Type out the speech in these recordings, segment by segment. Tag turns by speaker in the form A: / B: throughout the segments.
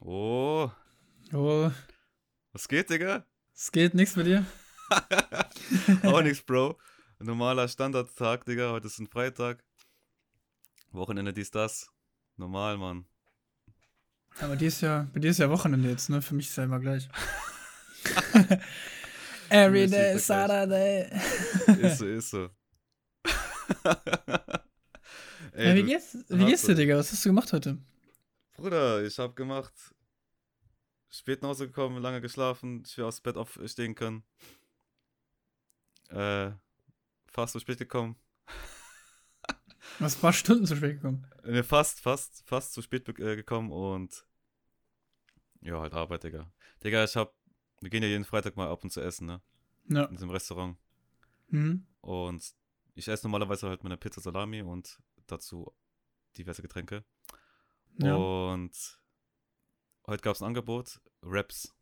A: Oh, Was geht, Digga?
B: Es geht nichts mit dir?
A: Auch nichts, Bro. Normaler Standardtag, Digga. Heute ist ein Freitag. Wochenende dies, das. Normal, Mann.
B: Aber die ist ja, bei dir ist ja Wochenende jetzt, ne? Für mich ist ja immer gleich. Every
A: Für mich ist
B: day
A: jeder
B: is Saturday.
A: Ist so, ist so. Ey,
B: ja, wie
A: du-
B: geht's, wie geht's
A: hast
B: dir,
A: du-
B: Digga? Was hast du gemacht heute?
A: Bruder, ich hab gemacht. Spät nach Hause gekommen, lange geschlafen, schwer aus dem Bett aufstehen können. Äh, fast zu spät gekommen.
B: Was paar Stunden zu spät gekommen?
A: Ne, fast, fast, fast zu spät be- äh, gekommen und ja, halt Arbeit, Digga. Digga, ich hab, wir gehen ja jeden Freitag mal ab und zu essen, ne?
B: Ja.
A: In diesem Restaurant.
B: Hm?
A: Und ich esse normalerweise halt meine Pizza Salami und dazu diverse Getränke. Oh.
B: ja.
A: Und heute gab's ein Angebot, Raps.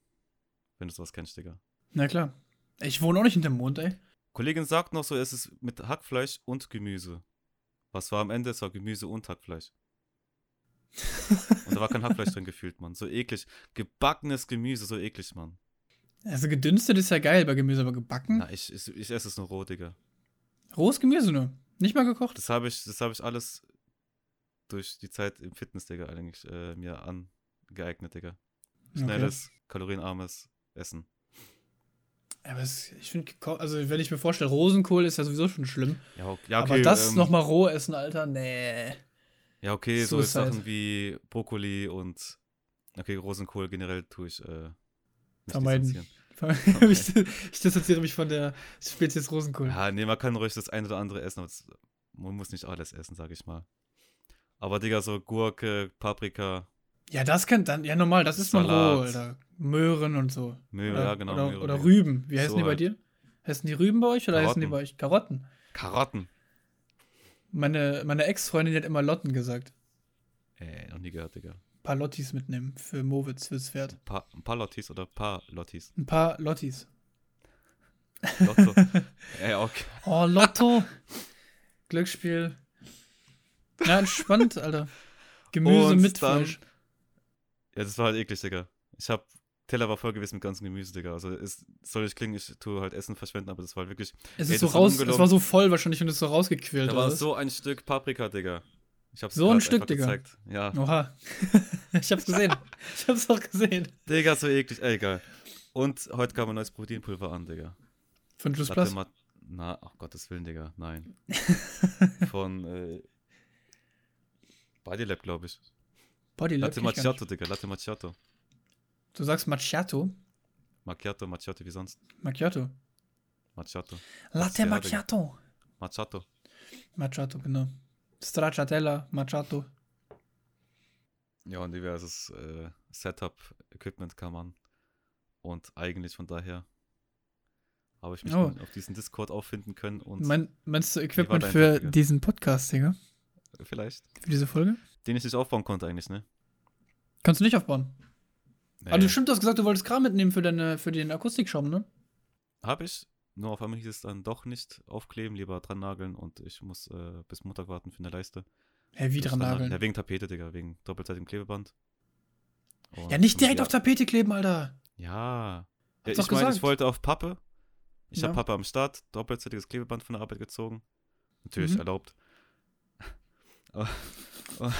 A: Wenn du sowas kennst, Digga.
B: Na klar. Ich wohne auch nicht hinterm Mond, ey.
A: Kollegin sagt noch so, es ist mit Hackfleisch und Gemüse. Was war am Ende? Es war Gemüse und Hackfleisch. und da war kein Hackfleisch drin gefühlt, Mann. So eklig. Gebackenes Gemüse, so eklig, Mann.
B: Also gedünstet ist ja geil bei Gemüse, aber gebacken?
A: Na, ich, ich, ich esse es nur roh, Digga.
B: Rohes Gemüse nur. Nicht mal gekocht.
A: Das habe ich, das habe ich alles durch die Zeit im Fitness, Digga, eigentlich äh, mir angeeignet, Digga. Schnelles, kalorienarmes Essen.
B: Aber es, ich finde, also wenn ich mir vorstelle, Rosenkohl ist ja sowieso schon schlimm.
A: Ja, okay, ja, okay,
B: aber das
A: ähm,
B: nochmal roh essen, Alter, nee.
A: Ja, okay, so jetzt
B: Suicide.
A: Sachen wie Brokkoli und okay, Rosenkohl generell tue ich äh, nicht
B: Vermeiden.
A: distanzieren.
B: ich, ich distanziere mich von der Spezies Rosenkohl.
A: Ja, nee, man kann ruhig das ein oder andere essen, aber das, man muss nicht alles essen, sag ich mal. Aber Digga, so Gurke, Paprika,
B: Ja, das kann dann, ja normal, das ist mal
A: Salat.
B: roh, Alter. Möhren und so.
A: Möhre,
B: oder,
A: ja genau,
B: Oder,
A: Möhre,
B: oder
A: Digga.
B: Rüben. Wie heißen
A: So
B: die bei
A: halt.
B: dir? Heißen die Rüben bei euch oder heißen die
A: Karotten.
B: bei euch Karotten?
A: Karotten.
B: Meine, meine Ex-Freundin die hat immer Lotten gesagt.
A: Ey, noch nie gehört, Digga.
B: Ein paar Lottis mitnehmen für Mowitz, fürs Pferd.
A: Pa ein paar Lottis oder paar Lottis.
B: Ein paar Lottis.
A: Lotto. Ey, okay.
B: Oh, Lotto. Glücksspiel. Ja, entspannt, Alter. Gemüse
A: Und
B: mit
A: dann-
B: Fleisch.
A: Ja, das war halt eklig, Digga. Ich hab, Teller war voll gewesen mit ganzem Gemüse, Digga. Also, es soll nicht klingen, ich tue halt Essen verschwenden, aber das war halt wirklich.
B: Es
A: Ey,
B: ist so
A: das hat
B: raus,
A: ungelogen-
B: es war so voll wahrscheinlich und ist so rausgequält.
A: Da
B: oder
A: war
B: was?
A: so ein Stück Paprika, Digga. Ich hab's
B: So ein
A: grad
B: Stück,
A: einfach
B: Digga.
A: Gezeigt. Ja.
B: Oha. ich hab's gesehen. ich hab's auch gesehen.
A: Digga, so eklig, ey, egal. Und heute kam ein neues Proteinpulver an, Digga.
B: Von Juice
A: Latte
B: Plus.
A: Mat Na, ach Gottes Willen, Digga, nein. Von äh, Bodylab, glaube ich.
B: Body Lab
A: Latte
B: kenn ich gar nicht.
A: Macchiato, Digga, Latte Macchiato.
B: Du sagst Macchiato?
A: Macchiato, Macchiato, wie sonst?
B: Macchiato.
A: Macchiato.
B: Latte
A: Macchiato.
B: Macchiato.
A: Macchiato.
B: Macchiato, genau. Stracciatella, Macchiato.
A: Ja, und diverses äh, Setup, Equipment kann man. Und eigentlich von daher habe ich mich
B: Oh.
A: auf diesen Discord auffinden können und
B: Mein, meinst du Equipment
A: dein
B: für
A: Tag, Digga?
B: diesen Podcast, Digga?
A: vielleicht,
B: Für diese Folge?
A: den ich nicht aufbauen konnte eigentlich, ne? Äh,
B: Kannst du nicht aufbauen.
A: Nee.
B: Aber Ah, du stimmt, du hast gesagt, du wolltest Kram mitnehmen für, deine, für den Akustikschaum, ne?
A: Habe ich. Nur auf einmal hieß es dann doch nicht aufkleben, lieber dran nageln und ich muss äh, bis Montag warten für eine Leiste.
B: Hä, wie
A: Bis
B: dran
A: Ja,
B: nageln?
A: wegen Tapete, Digga, wegen doppelseitigem Klebeband. Und
B: Ja, nicht
A: dann-
B: direkt
A: ja,
B: auf Tapete kleben, Alter.
A: Ja. ja
B: Hab's
A: ich
B: doch
A: meine, ich
B: gesagt.
A: wollte auf Pappe. Ich
B: Ja.
A: habe Pappe am Start, doppelseitiges Klebeband von der Arbeit gezogen. Natürlich
B: Mhm.
A: erlaubt. Oh, oh.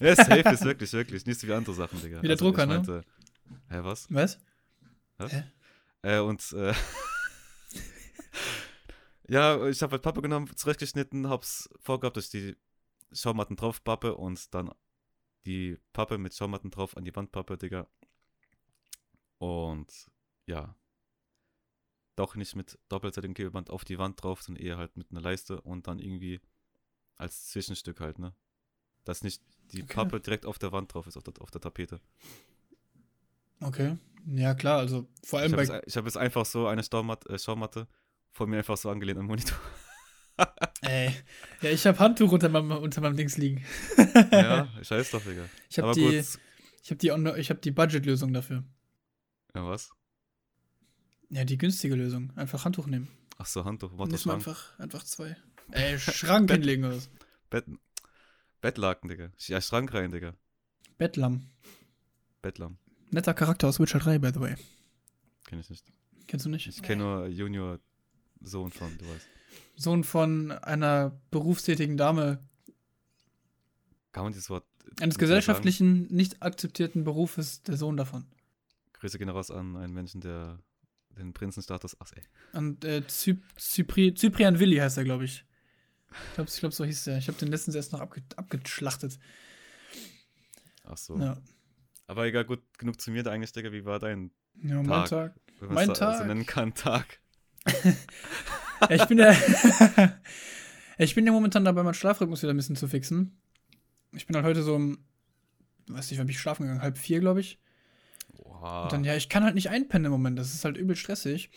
A: ja, safe ist wirklich, wirklich. Nicht so wie andere Sachen, Digga. Also,
B: Wie der Drucker,
A: ich
B: ne?
A: meinte, Hä, was?
B: Was?
A: Äh, und äh, ja, ich habe halt Pappe genommen, zurechtgeschnitten, hab's vorgehabt, dass ich die Schaumatten drauf pappe und dann die Pappe mit Schaumatten drauf an die Wand pappe, Digga. Und ja, doch nicht mit doppelseitigem Klebeband auf die Wand drauf, sondern eher halt mit einer Leiste und dann irgendwie als Zwischenstück halt, ne? Dass nicht die
B: Okay.
A: Pappe direkt auf der Wand drauf ist, auf der, auf der Tapete.
B: Okay. Ja, klar, also vor allem
A: Ich habe
B: bei.
A: jetzt, ich hab jetzt einfach so eine Staumat, äh, Schaumatte vor mir einfach so angelehnt am Monitor.
B: Ey. Ja, ich habe Handtuch unter meinem, unter meinem Dings liegen.
A: ja, scheiß doch, Digga.
B: Ich habe
A: Aber
B: die,
A: gut.
B: ich hab die, On- ich hab die Budget-Lösung dafür.
A: Ja, was?
B: Ja, die günstige Lösung. Einfach Handtuch nehmen.
A: Ach so, Handtuch,
B: Dann
A: Motto,
B: Nimm
A: Schrank,
B: einfach, einfach zwei. Ey, Schrank
A: Bett-
B: hinlegen oder was?
A: Betten. Bettlaken, Digga. Ja, Schrank rein, Digga.
B: Bettlamm.
A: Bettlamm.
B: Netter Charakter aus Witcher 3, by the way.
A: Kenn ich nicht.
B: Kennst du nicht?
A: Ich kenne nur Junior Sohn von, du weißt.
B: Sohn von einer berufstätigen Dame,
A: Kann man dieses Wort.
B: eines
A: nicht mehr
B: gesellschaftlichen, nicht akzeptierten Berufes, der Sohn davon.
A: Sagen? Grüße gehen raus an einen Menschen, der den Prinzenstatus. Ach, ey.
B: Und äh, Zy Zypri Cyprian Willi heißt er, glaube ich. Ich glaube, ich glaub, so hieß er. Ich habe den letztens erst noch abge abgeschlachtet.
A: Ach so.
B: Ja.
A: Aber egal, gut, genug zu mir, der Eingestecke. Wie war dein,
B: ja, mein
A: Tag.
B: Tag.
A: wenn man
B: Mein
A: es so
B: Tag.
A: nennen kann, Tag?
B: Ja, ich bin ja. ich bin ja momentan dabei, meinen Schlafrhythmus wieder ein bisschen zu fixen. Ich bin halt heute so um. Weiß nicht, wann bin ich schlafen gegangen? Halb vier, glaube ich.
A: Wow.
B: Und
A: Ah.
B: dann, ja, ich kann halt nicht einpennen im Moment. Das ist halt übel stressig.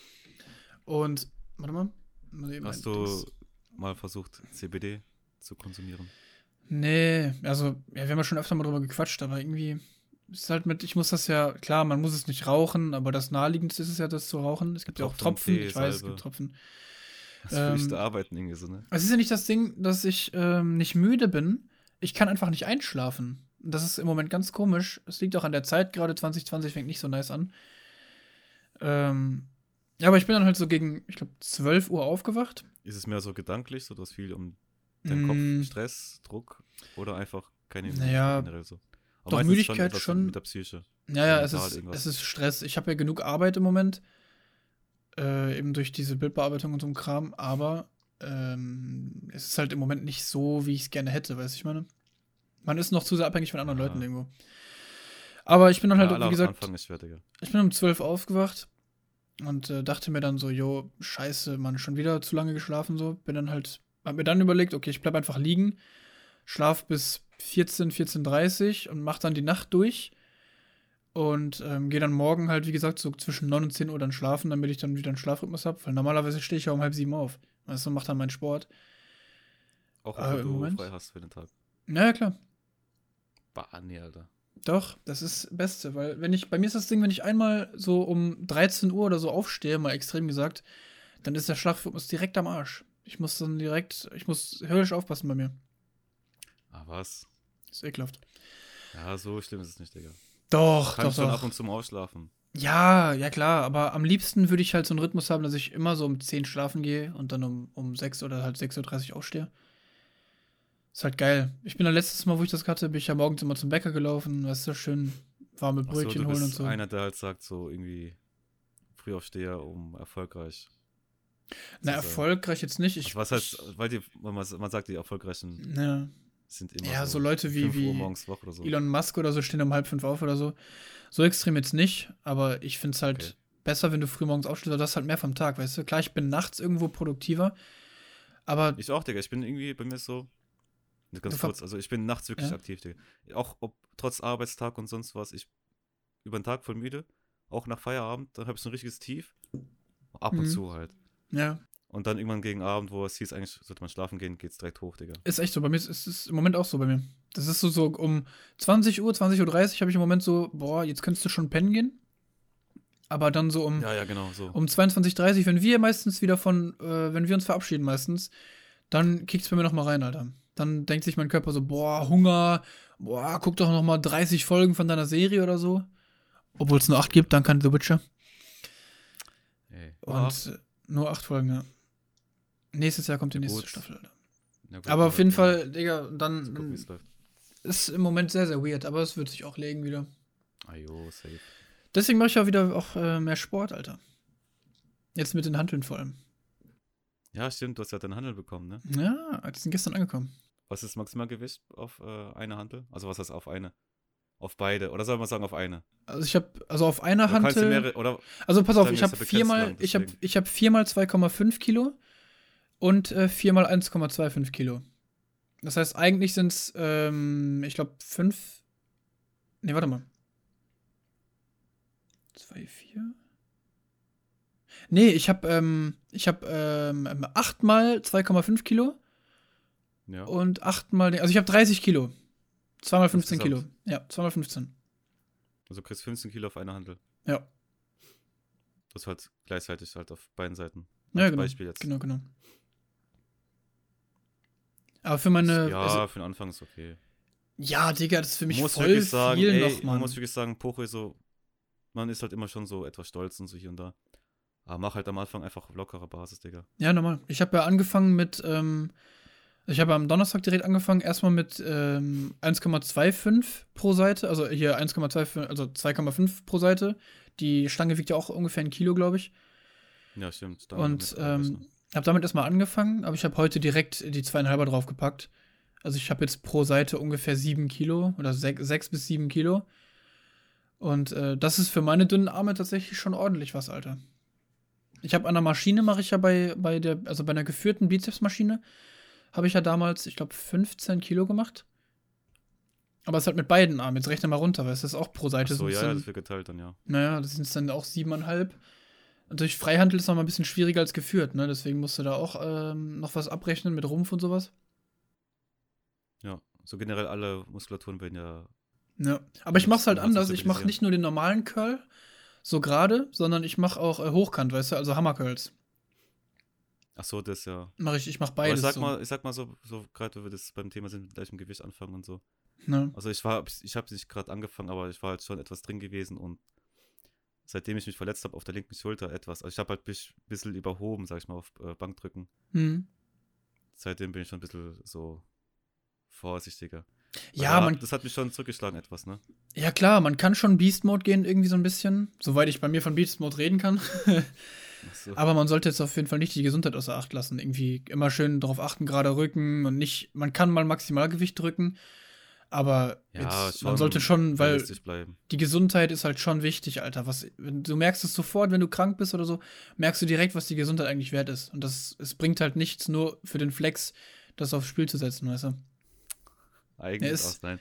B: Und, warte mal. Muss ich eben
A: Hast
B: mein Dings-
A: du mal versucht, CBD zu konsumieren?
B: Nee, also, ja, wir haben ja schon öfter mal drüber gequatscht, aber irgendwie ist halt mit, ich muss das ja, klar, man muss es nicht rauchen, aber das naheliegendste ist es ja, das zu rauchen. Es gibt ja auch
A: Tropfen,
B: Tropfen,
A: Tee,
B: ich weiß, es
A: Salbe.
B: gibt Tropfen.
A: Das ähm,
B: Ähm,
A: ich da arbeiten irgendwie so, ne?
B: Es ist ja nicht das Ding, dass ich ähm, nicht müde bin. Ich kann einfach nicht einschlafen. Und Das ist im Moment ganz komisch. Es liegt auch an der Zeit. Gerade 2020 fängt nicht so nice an. Ähm, ja, aber ich bin dann halt so gegen, ich glaube, 12 Uhr aufgewacht.
A: Ist es mehr so gedanklich, so dass viel um deinen
B: Mm,
A: Kopf Stress, Druck oder einfach keine
B: Naja,
A: generell so? Aber
B: doch
A: meistens
B: Müdigkeit
A: etwas
B: schon.
A: Mit der Psyche.
B: Ja, ja, es
A: mental
B: ist,
A: halt irgendwas.
B: es ist Stress. Ich habe ja genug Arbeit im Moment. Äh, eben durch diese Bildbearbeitung und so ein Kram. Aber ähm, es ist halt im Moment nicht so, wie ich es gerne hätte, weißt du, ich meine? Man ist noch zu sehr abhängig von anderen
A: Ja.
B: Leuten irgendwo. Aber ich bin dann
A: Ja,
B: halt,
A: alle
B: wie
A: am
B: gesagt,
A: Anfang ist schwer, Digga.
B: ich bin um 12 aufgewacht und äh, dachte mir dann so, jo, scheiße, Mann, schon wieder zu lange geschlafen so. Bin dann halt, hab mir dann überlegt, okay, ich bleib einfach liegen, schlaf bis 14, 14.30 und mach dann die Nacht durch und ähm, gehe dann morgen halt, wie gesagt, so zwischen 9 und 10 Uhr dann schlafen, damit ich dann wieder einen Schlafrhythmus hab, weil normalerweise stehe ich ja um halb sieben auf. Weißt du, mach dann meinen Sport.
A: Auch
B: Aber
A: wenn
B: äh, im
A: du
B: Moment-
A: frei hast für den Tag.
B: Naja, klar.
A: Bah, nee, Alter.
B: Doch, das ist das Beste, weil wenn ich, bei mir ist das Ding, wenn ich einmal so um 13 Uhr oder so aufstehe, mal extrem gesagt, dann ist der Schlafrhythmus direkt am Arsch. Ich muss dann direkt, ich muss höllisch aufpassen bei mir.
A: Ah, was?
B: Ist ekelhaft.
A: Ja, so schlimm ist es nicht, Digga.
B: Doch,
A: Kann
B: doch,
A: schon ab
B: doch.
A: und zu mal ausschlafen.
B: Ja, ja klar, aber am liebsten würde ich halt so einen Rhythmus haben, dass ich immer so um 10 schlafen gehe und dann um, um 6 oder halt 6.30 Uhr aufstehe. Ist halt geil. Ich bin dann letztes Mal, wo ich das hatte, bin ich ja morgens immer zum Bäcker gelaufen, weißt du, schön warme
A: Ach so,
B: Brötchen
A: du
B: holen
A: bist
B: und so.
A: einer, der halt sagt, so irgendwie Frühaufsteher, um erfolgreich.
B: Na,
A: zu sein.
B: erfolgreich jetzt nicht. Ich,
A: Also was heißt, weil die, man, man sagt, die Erfolgreichen
B: Ja.
A: sind immer
B: Ja,
A: so,
B: so Leute wie-
A: 5 Uhr
B: wie
A: morgens wach oder so.
B: Elon Musk oder so stehen um halb fünf auf oder so. So extrem jetzt nicht, aber ich finde es halt
A: Okay.
B: besser, wenn du früh morgens aufstehst, aber das ist halt mehr vom Tag, weißt du? Klar, ich bin nachts irgendwo produktiver, aber
A: Ich auch, Digga. Ich bin irgendwie bei mir ist so. Ganz
B: Du ver-
A: kurz, also ich bin nachts wirklich
B: Ja?
A: aktiv, Digga. Auch ob, trotz Arbeitstag und sonst was, ich über den Tag voll müde, auch nach Feierabend, dann habe ich so ein richtiges Tief. Ab und
B: Mhm.
A: zu halt.
B: ja,
A: Und dann irgendwann gegen Abend, wo es hieß, eigentlich sollte man schlafen gehen, geht's direkt hoch, Digga.
B: ist echt so. Bei mir ist ist es im Moment auch so bei mir. Das ist so, so um 20 Uhr, 20.30 Uhr habe ich im Moment so, boah, jetzt könntest du schon pennen gehen. Aber dann so um
A: Ja, ja, genau, so.
B: um 22.30 Uhr, wenn wir meistens wieder von, äh, wenn wir uns verabschieden meistens, dann kickt's bei mir nochmal rein, Alter. Dann denkt sich mein Körper so, boah, Hunger, boah, guck doch nochmal 30 Folgen von deiner Serie oder so. Obwohl es nur 8 gibt, dann kann The Witcher.
A: Ey.
B: Und
A: Ah,
B: äh, nur 8 Folgen, ja. Nächstes Jahr kommt die nächste
A: Gut.
B: Staffel, Alter.
A: na gut,
B: Aber auf jeden
A: ja,
B: Fall, mhm. Digga,
A: mal Gucken,
B: dann
A: wie's läuft.
B: ist im Moment sehr, sehr weird, aber es wird sich auch legen wieder.
A: Ah, jo, safe.
B: Deswegen mache ich auch wieder auch äh, mehr Sport, Alter. Jetzt mit den Handeln vor allem.
A: Ja, stimmt, du hast ja deinen Handel bekommen, ne?
B: Ja, die sind gestern angekommen.
A: Was ist Maximalgewicht auf äh, eine Handel? Also was heißt auf eine? Auf beide. Oder soll man sagen auf eine?
B: Also ich habe, also auf einer
A: Oder kannst du
B: Hantel.
A: mehrere, oder
B: Also pass auf,
A: Sagen
B: ich
A: wir, ist
B: habe
A: ja begrenzt
B: viermal,
A: lang,
B: ich habe,
A: deswegen.
B: ich habe viermal 2,5 Kilo und äh, viermal 1,25 Kilo. Das heißt, eigentlich sind es, ähm, ich glaube, fünf. Nee, warte mal. Zwei, vier. Nee, ich habe, ähm, ich habe ähm, ähm, achtmal 2,5 Kilo
A: ja.
B: und achtmal, also ich habe 30 Kilo. Zweimal 15 Kilo.
A: Insgesamt.
B: Ja, zweimal 15.
A: Also du kriegst 15 Kilo auf eine Handel.
B: Ja,
A: Das ist halt gleichzeitig halt auf beiden Seiten.
B: ja
A: Als
B: genau.
A: Beispiel jetzt.
B: Genau, genau. Aber für meine.
A: ja,
B: also,
A: für den Anfang ist okay.
B: ja Digga, das ist für mich
A: muss
B: voll
A: wirklich sagen,
B: viel
A: ey,
B: noch,
A: man
B: Mann.
A: muss wirklich sagen, Poche so man ist halt immer schon so etwas stolz und so hier und da. Aber mach halt am Anfang einfach auf lockerer Basis, Digga.
B: Ja, normal. Ich habe ja angefangen mit, ähm, ich habe am Donnerstag direkt angefangen, erstmal mit ähm, 1,25 pro Seite, also hier 1,25, also 2,5 pro Seite. Die Stange wiegt ja auch ungefähr ein Kilo, glaube ich.
A: Ja, stimmt. Dann
B: Und
A: mit alles, ne?
B: ähm, habe damit erstmal angefangen, aber ich habe heute direkt die zweieinhalber draufgepackt. Also ich habe jetzt pro Seite ungefähr sieben Kilo oder sech, sechs bis sieben Kilo. Und äh, das ist für meine dünnen Arme tatsächlich schon ordentlich was, Alter. Ich habe an der Maschine mache ich ja bei, bei der, also bei einer geführten Bizepsmaschine, habe ich ja damals, ich glaube, 15 Kilo gemacht. Aber es halt mit beiden Armen. Jetzt rechne mal runter, weil es ist auch pro
A: Ach
B: Seite
A: so,
B: sind's
A: ja, ja,
B: dann-
A: das wird geteilt dann, ja.
B: naja, das sind dann auch siebeneinhalb. Und durch Freihandel ist noch mal ein bisschen schwieriger als geführt, ne? Deswegen musst du da auch ähm, noch was abrechnen mit Rumpf und sowas.
A: Ja. So generell alle Muskulaturen werden ja.
B: Ja. Aber ich mach's halt
A: Um das zu
B: anders. Ich mach
A: stabilisieren.
B: nicht nur den normalen Curl, so gerade, sondern ich mach auch äh, hochkant, weißt du, also Hammercurls.
A: Ach so, das ja.
B: Mach ich, ich mach
A: Aber
B: beides.
A: ich sag
B: so,
A: mal, ich sag mal so, so gerade wenn wir das beim Thema sind, mit gleichem Gewicht anfangen und so.
B: ne?
A: Also ich war, ich habe nicht gerade angefangen, aber ich war halt schon etwas drin gewesen und seitdem ich mich verletzt habe auf der linken Schulter etwas, also ich habe halt ein bisschen überhoben, sag ich mal, auf äh, Bankdrücken.
B: Hm.
A: Seitdem bin ich schon ein bisschen so vorsichtiger. Weil
B: Ja,
A: da-
B: man,
A: Das hat mich schon zurückgeschlagen etwas, ne?
B: ja klar, man kann schon Beast Mode gehen, irgendwie so ein bisschen. Soweit ich bei mir von Beast Mode reden kann.
A: Ach so.
B: Aber man sollte jetzt auf jeden Fall nicht die Gesundheit außer Acht lassen. Irgendwie immer schön drauf achten, gerade Rücken und nicht, man kann mal Maximalgewicht drücken, aber
A: Ja,
B: jetzt,
A: schon
B: man sollte schon, weil
A: Realistisch bleiben.
B: die Gesundheit ist halt schon wichtig, Alter. Was, wenn- du merkst es sofort, wenn du krank bist oder so, merkst du direkt, was die Gesundheit eigentlich wert ist. Und das, es bringt halt nichts, nur für den Flex das aufs Spiel zu setzen, weißt du.
A: Eigentlich
B: ist-
A: aus, nein.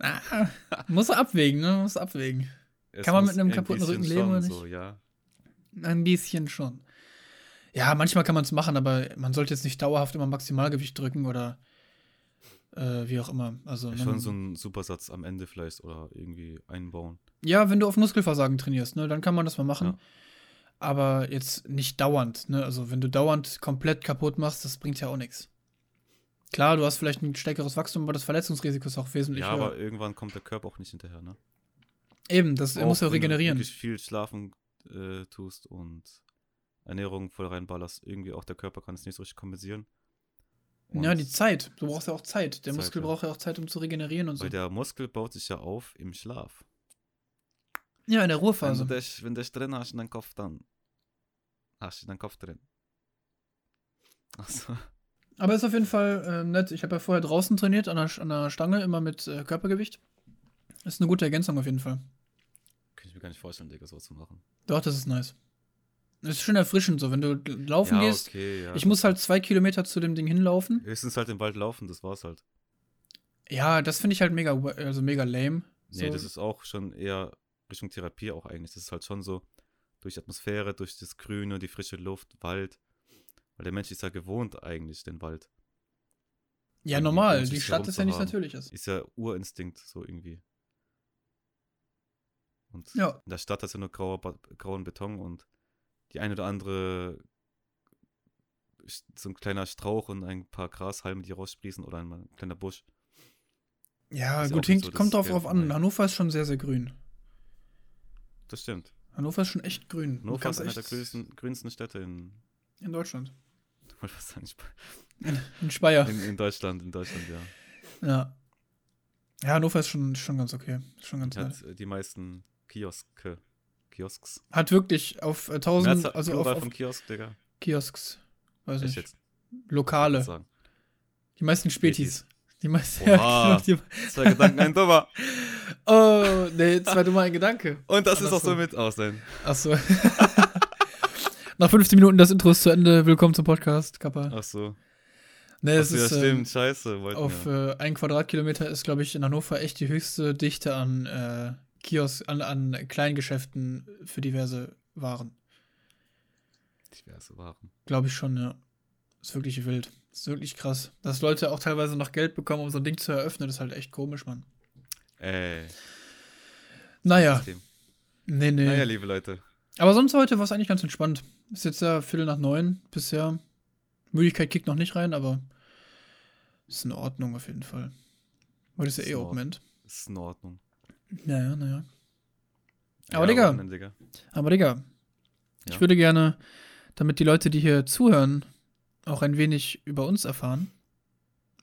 B: Ah, muss abwägen, ne? Muss abwägen.
A: Es
B: Kann man
A: muss
B: mit einem
A: ein
B: kaputten
A: bisschen
B: Rücken leben
A: schon
B: oder
A: So, ja.
B: Ein bisschen schon. Ja, manchmal kann man es machen, aber man sollte jetzt nicht dauerhaft immer Maximalgewicht drücken oder äh, wie auch immer. Also, wenn
A: Schon
B: man-
A: so ein Supersatz am Ende vielleicht oder irgendwie einbauen.
B: ja, wenn du auf Muskelversagen trainierst, ne, dann kann man das mal machen.
A: Ja.
B: Aber jetzt nicht dauernd, ne? Also wenn du dauernd komplett kaputt machst, das bringt ja auch nichts. Klar, du hast vielleicht ein stärkeres Wachstum, aber das Verletzungsrisiko ist auch wesentlich
A: ja,
B: höher.
A: aber irgendwann kommt der Körper auch nicht hinterher, ne?
B: Eben, das
A: Auch
B: muss ja
A: wenn du
B: regenerieren.
A: wirklich viel schlafen äh, tust und Ernährung voll reinballerst, irgendwie auch der Körper kann es nicht so richtig kompensieren.
B: Ja,
A: Und
B: die Zeit. Du brauchst ja auch Zeit. Der
A: Zeit,
B: Muskel
A: ja.
B: braucht ja auch Zeit, um zu regenerieren und so.
A: Weil der Muskel baut sich ja auf im Schlaf.
B: ja,
A: Wenn
B: in der
A: du
B: Ruhephase.
A: dich, wenn du dich drin hast in deinen Kopf, dann hast du deinen Kopf drin. Also, Achso.
B: Aber ist auf jeden Fall äh, nett. Ich habe ja vorher draußen trainiert, an der, an der Stange, immer mit äh, Körpergewicht. Ist eine gute Ergänzung auf jeden Fall.
A: Kann ich mir gar nicht vorstellen, Digga, so zu machen.
B: Doch, das ist nice. Ist schön erfrischend so, wenn du l- laufen
A: ja,
B: gehst.
A: okay, ja.
B: Ich muss halt zwei Kilometer zu dem Ding hinlaufen.
A: Höchstens halt im Wald laufen, das war's halt.
B: Ja, das finde ich halt mega, wa- also mega lame.
A: Nee,
B: so.
A: das ist auch schon eher Richtung Therapie auch eigentlich. Das ist halt schon so durch Atmosphäre, durch das Grüne, die frische Luft, Wald. Weil der Mensch ist ja gewohnt eigentlich, den Wald.
B: ja
A: irgendwie um
B: normal.
A: sich
B: Die Stadt
A: herum
B: ist
A: zu
B: ja nichts
A: haben.
B: Natürliches.
A: Ist ja Urinstinkt so irgendwie. Und
B: Ja.
A: in der Stadt hast du nur grauer, Ba- grauen Beton und die ein oder andere Sch- so ein kleiner Strauch und ein paar Grashalme, die raussprießen oder ein kleiner Busch.
B: Ja,
A: Ist auch
B: gut,
A: nicht
B: hinkt,
A: so das
B: kommt drauf, drauf
A: Gelbe
B: an.
A: vom Ei.
B: Hannover ist schon sehr, sehr grün.
A: Das stimmt.
B: Hannover ist schon echt grün. Du
A: Hannover ist
B: kannst
A: eine
B: echt
A: der grünsten, grünsten Städte in,
B: In Deutschland.
A: ich wollte fast sagen, Sp-
B: In Speyer.
A: in, in Deutschland, in Deutschland, ja.
B: Ja. Ja, Hannover ist schon, schon ganz okay. Schon ganz nett.
A: hat äh, die meisten Kioske. Kiosks.
B: Hat wirklich auf äh, 1000,
A: Mehrzahl-
B: also auf, Also
A: Plural
B: auf
A: von Kiosk, Digga.
B: Kiosks, weiß
A: Echt
B: nicht,
A: jetzt?
B: Lokale,
A: Sagen.
B: die meisten Spätis. Die meisten,
A: Oha.
B: ja, genau,
A: Zwei Gedanken, ein dummer.
B: die, oh, nee, jetzt war du mal ein Gedanke.
A: Und das ist auch so
B: Andersrum.
A: mit aus, nein.
B: Achso. Nach 15 Minuten das Intro ist zu Ende. Willkommen zum Podcast, Kappa.
A: Ach so.
B: Nee, es
A: Ach so, ja,
B: ist, ähm,
A: stimmt, scheiße. Wollten
B: auf
A: wir.
B: äh, ein Quadratkilometer ist, glaube ich, in Hannover echt die höchste Dichte an äh, Kiosk, an, an Kleingeschäften für diverse Waren.
A: Diverse Waren.
B: Glaube ich schon, ja. Ist wirklich wild. Ist wirklich krass. Dass Leute auch teilweise noch Geld bekommen, um so ein Ding zu eröffnen, ist halt echt komisch, Mann.
A: Ey.
B: Naja,
A: System.
B: nee, Ah nee.
A: Naja, liebe Leute.
B: Aber sonst heute war es eigentlich ganz entspannt. Ist jetzt ja Viertel nach neun bisher. Müdigkeit kickt noch nicht rein, aber ist in Ordnung auf jeden Fall. Heute ist ja
A: Ist
B: eh
A: in
B: Open End.
A: Ist in Ordnung.
B: Naja, naja. Aber Digga.
A: Wochenende, Digga.
B: Aber Digga,
A: Ja.
B: ich würde gerne, damit die Leute, die hier zuhören, auch ein wenig über uns erfahren,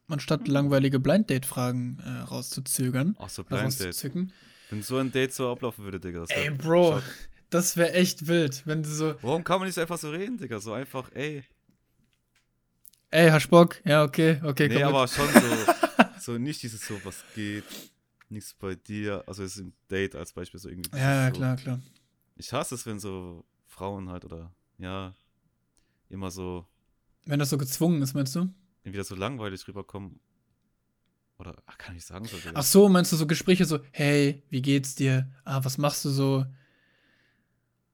B: anstatt langweilige Blind Date-Fragen äh, rauszuzögern.
A: Ach so, Blind Date.
B: Rauszuzücken.
A: Wenn so ein Date so ablaufen würde, Digga. Das wär-
B: Ey, Bro,
A: Schock.
B: das wäre echt wild, wenn du so,
A: Warum kann man nicht so einfach so reden, Digga? So einfach, ey.
B: ey, hast Bock? Ja, okay, okay,
A: Nee,
B: mit.
A: aber schon so, so nicht dieses so, was geht, nichts bei dir. Also es ist ein Date als Beispiel so irgendwie. dieses
B: Ja, ja,
A: so.
B: klar, klar.
A: Ich hasse es, wenn so Frauen halt oder ja, immer so
B: Wenn das so gezwungen ist, meinst du?
A: entweder so langweilig rüberkommen. Oder ach, kann ich sagen so, Digga.
B: Ach so, meinst du so Gespräche so, hey, wie geht's dir? Ah, was machst du so?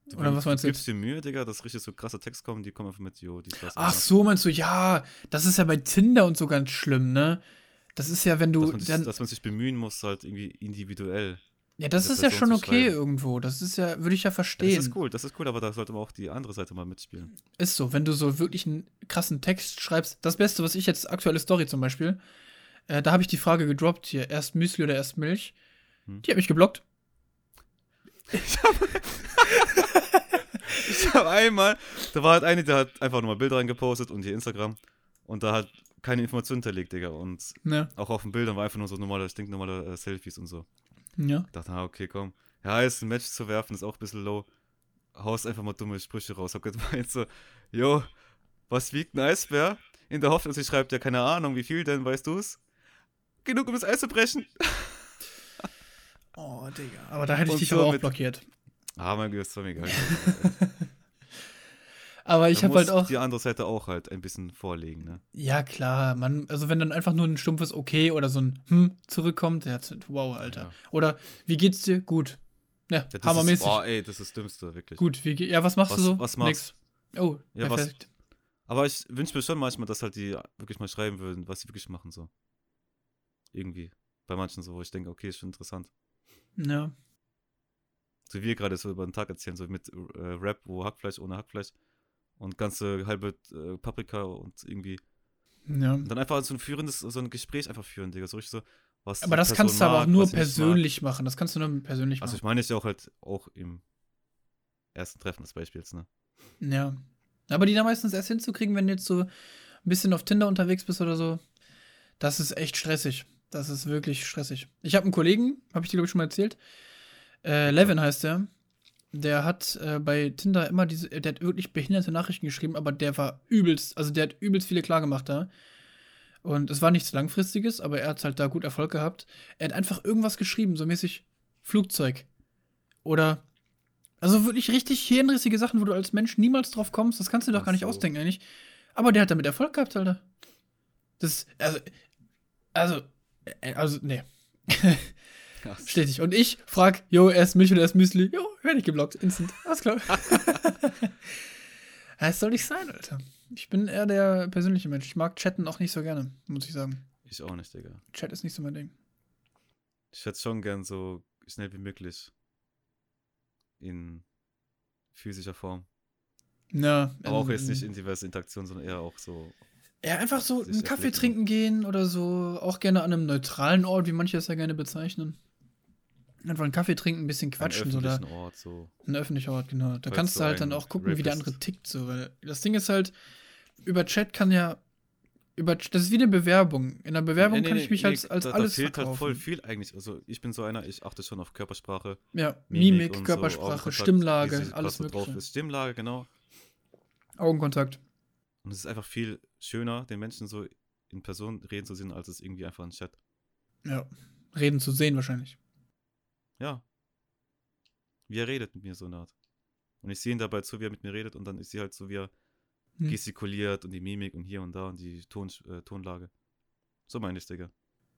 A: Du
B: Oder was meinst du?
A: gibst dir Mühe, Digga, dass richtig so krasse Text kommen, die kommen einfach mit, jo, die ist das.
B: Ach so, meinst du, ja, das ist ja bei Tinder und so ganz schlimm, ne? Das ist ja, wenn
A: Dass
B: du
A: man, sich,
B: dann.
A: dass man sich bemühen muss, halt irgendwie individuell.
B: ja, das
A: mit der
B: ist ja
A: Person
B: schon
A: zu
B: okay
A: schreiben.
B: irgendwo. Das ist ja, würde ich ja
A: Ja,
B: verstehen.
A: das ist cool, das ist cool, aber da sollte man auch die andere Seite mal mitspielen.
B: Ist so, wenn du so wirklich einen krassen Text schreibst. Das Beste, was ich jetzt, aktuelle Story zum Beispiel, äh, da habe ich die Frage gedroppt hier, erst Müsli oder erst Milch.
A: Hm.
B: Die hat mich geblockt.
A: Ich habe einmal, da war halt eine, die hat einfach nur mal Bilder reingepostet und ihr Instagram und da hat keine Information hinterlegt, Digga. Und
B: Ne?
A: auch auf den Bildern war einfach nur so normale, stinknormale äh, Selfies und so.
B: Ja.
A: Ich dachte, ah, okay, komm. Ja, jetzt ein Match zu werfen, ist auch ein bisschen low. Haust einfach mal dumme Sprüche raus. Hab gemeint so, yo, was wiegt ein Eisbär? In der Hoffnung, sie schreibt ja keine Ahnung, wie viel denn, weißt du's? Genug, um das Eis zu brechen.
B: Oh, Digga. Aber da hätte ich
A: Und
B: dich
A: so
B: aber auch
A: mit-
B: blockiert.
A: Ah, mein Gott, das war mir egal.
B: Aber
A: Da
B: ich habe
A: muss
B: halt auch.
A: Die andere Seite auch halt ein bisschen vorlegen, ne?
B: Ja, klar, man, also wenn dann einfach nur ein stumpfes Okay oder so ein Hm zurückkommt, der hat wow, Alter.
A: Ja.
B: Oder wie geht's dir? Gut. Ja,
A: Ja, das
B: hammermäßig.
A: Ist, boah, ey, das ist das Dümmste, wirklich.
B: Gut, wie ge- ja, was machst du
A: Was-
B: so?
A: was machst
B: Nix. Oh,
A: Ja, was-
B: perfekt.
A: Aber ich wünsche mir schon manchmal, dass halt die wirklich mal schreiben würden, was sie wirklich machen, so. Irgendwie. Bei manchen so, wo ich denke, okay, ist schon interessant.
B: Ja.
A: so wie wir gerade so über den Tag erzählen, so mit äh, Rap, wo Hackfleisch ohne Hackfleisch und ganze halbe äh, Paprika und irgendwie.
B: ja.
A: Und dann einfach so ein führendes, so ein Gespräch einfach führen, Digga. So richtig so, was.
B: Aber
A: die
B: das
A: Person
B: kannst du aber auch
A: mag,
B: nur
A: was sie nicht
B: persönlich machen. Das kannst du nur persönlich
A: mag. Also ich
B: machen.
A: meine es ja auch halt auch im ersten Treffen des Beispiels, ne?
B: Ja. Aber die da meistens erst hinzukriegen, wenn du jetzt so ein bisschen auf Tinder unterwegs bist oder so, das ist echt stressig. Das ist wirklich stressig. Ich habe einen Kollegen, habe ich dir, glaube ich, schon mal erzählt. Äh, Levin heißt der. Der hat äh, bei Tinder immer diese, äh, der hat wirklich behinderte Nachrichten geschrieben, aber der war übelst, also der hat übelst viele klar gemacht da. Und es war nichts Langfristiges, aber er hat halt da gut Erfolg gehabt. Er hat einfach irgendwas geschrieben, so mäßig Flugzeug. Oder, also wirklich richtig hirnrissige Sachen, wo du als Mensch niemals drauf kommst. Das kannst du dir doch
A: Ach
B: gar nicht
A: so.
B: ausdenken eigentlich. Aber der hat damit Erfolg gehabt, Alter. Das, also, also, äh, also, nee. Stetig. Und ich frag, jo, erst Milch oder erst Müsli? Jo, werde ich geblockt. Instant. Alles klar. das soll nicht sein, Alter. Ich bin eher der persönliche Mensch. Ich mag Chatten auch nicht so gerne, muss ich sagen.
A: Ich auch nicht, Digga.
B: Chat ist nicht so mein Ding.
A: Ich hätte schon gern so schnell wie möglich in physischer Form.
B: Na,
A: Aber auch
B: ähm,
A: jetzt nicht in diverse Interaktionen, sondern eher auch so.
B: Ja, einfach so
A: Sich
B: einen Kaffee
A: erblicken.
B: trinken gehen oder so. Auch gerne an einem neutralen Ort, wie manche es ja gerne bezeichnen. Einfach einen Kaffee trinken, ein bisschen
A: an
B: quatschen, so da.
A: öffentlichen Ort, so.
B: Ein öffentlicher Ort, genau. Da
A: Falls
B: kannst
A: du
B: du halt dann
A: ein
B: auch gucken, wie der
A: Rapist-
B: andere tickt, so, weil das Ding ist halt, über Chat kann ja, über, das ist wie eine Bewerbung. In der Bewerbung
A: Nee, nee,
B: kann
A: nee,
B: ich mich
A: nee,
B: als, als
A: da,
B: alles
A: Da fehlt
B: verkaufen.
A: halt voll viel eigentlich. Also ich bin so einer, ich achte schon auf Körpersprache,
B: ja,
A: Mimik,
B: Mimik,
A: und so,
B: Körpersprache,
A: Augenkontakt, wie
B: Stimmlage,
A: sie
B: alles
A: gerade so
B: mögliche.
A: ist. Stimmlage, genau.
B: Augenkontakt.
A: Und es ist einfach viel schöner, den Menschen so in Person reden zu sehen, als es irgendwie einfach im Chat.
B: Ja. Reden zu sehen wahrscheinlich.
A: Ja. Wie er redet mit mir so eine Art. Und ich sehe ihn dabei zu, wie er mit mir redet und dann ist sie halt so, wie er
B: Hm.
A: gestikuliert und die Mimik und hier und da und die Ton, äh, Tonlage. So meine ich, Digga.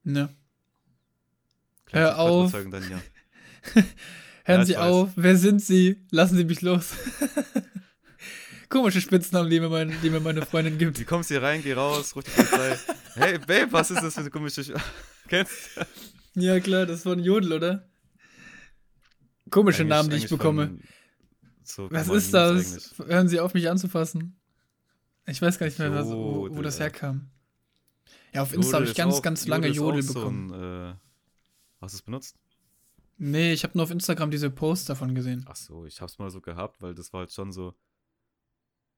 B: Ne.
A: Kleines
B: Hör auf.
A: Überzeugen Dann, ja.
B: Hören
A: Ja, ich
B: Sie
A: weiß.
B: auf, wer sind Sie? Lassen Sie mich los. Komische Spitznamen, die mir, mein, die mir meine Freundin
A: Du
B: gibt.
A: kommst hier rein, geh raus, ruf die Polizei. hey, Babe, was ist das für eine komische... Sch Kennst
B: Ja, klar, das war ein Jodel, oder? Komische
A: Eigentlich-
B: Namen, die ich
A: eigentlich
B: bekomme.
A: von so
B: Was
A: normalen Memes
B: ist das?
A: eigentlich.
B: Hören Sie auf, mich anzufassen. Ich weiß gar nicht mehr, was, wo,
A: Jodel,
B: wo das
A: Alter.
B: herkam. Ja, auf
A: Jodel
B: Insta habe ich
A: ist
B: ganz,
A: auch-
B: ganz lange
A: ist auch
B: Jodel
A: so
B: bekommen.
A: ein, äh, hast du es benutzt?
B: Nee, ich habe nur auf Instagram diese Posts davon gesehen.
A: Ach so, ich hab's mal so gehabt, weil das war halt schon so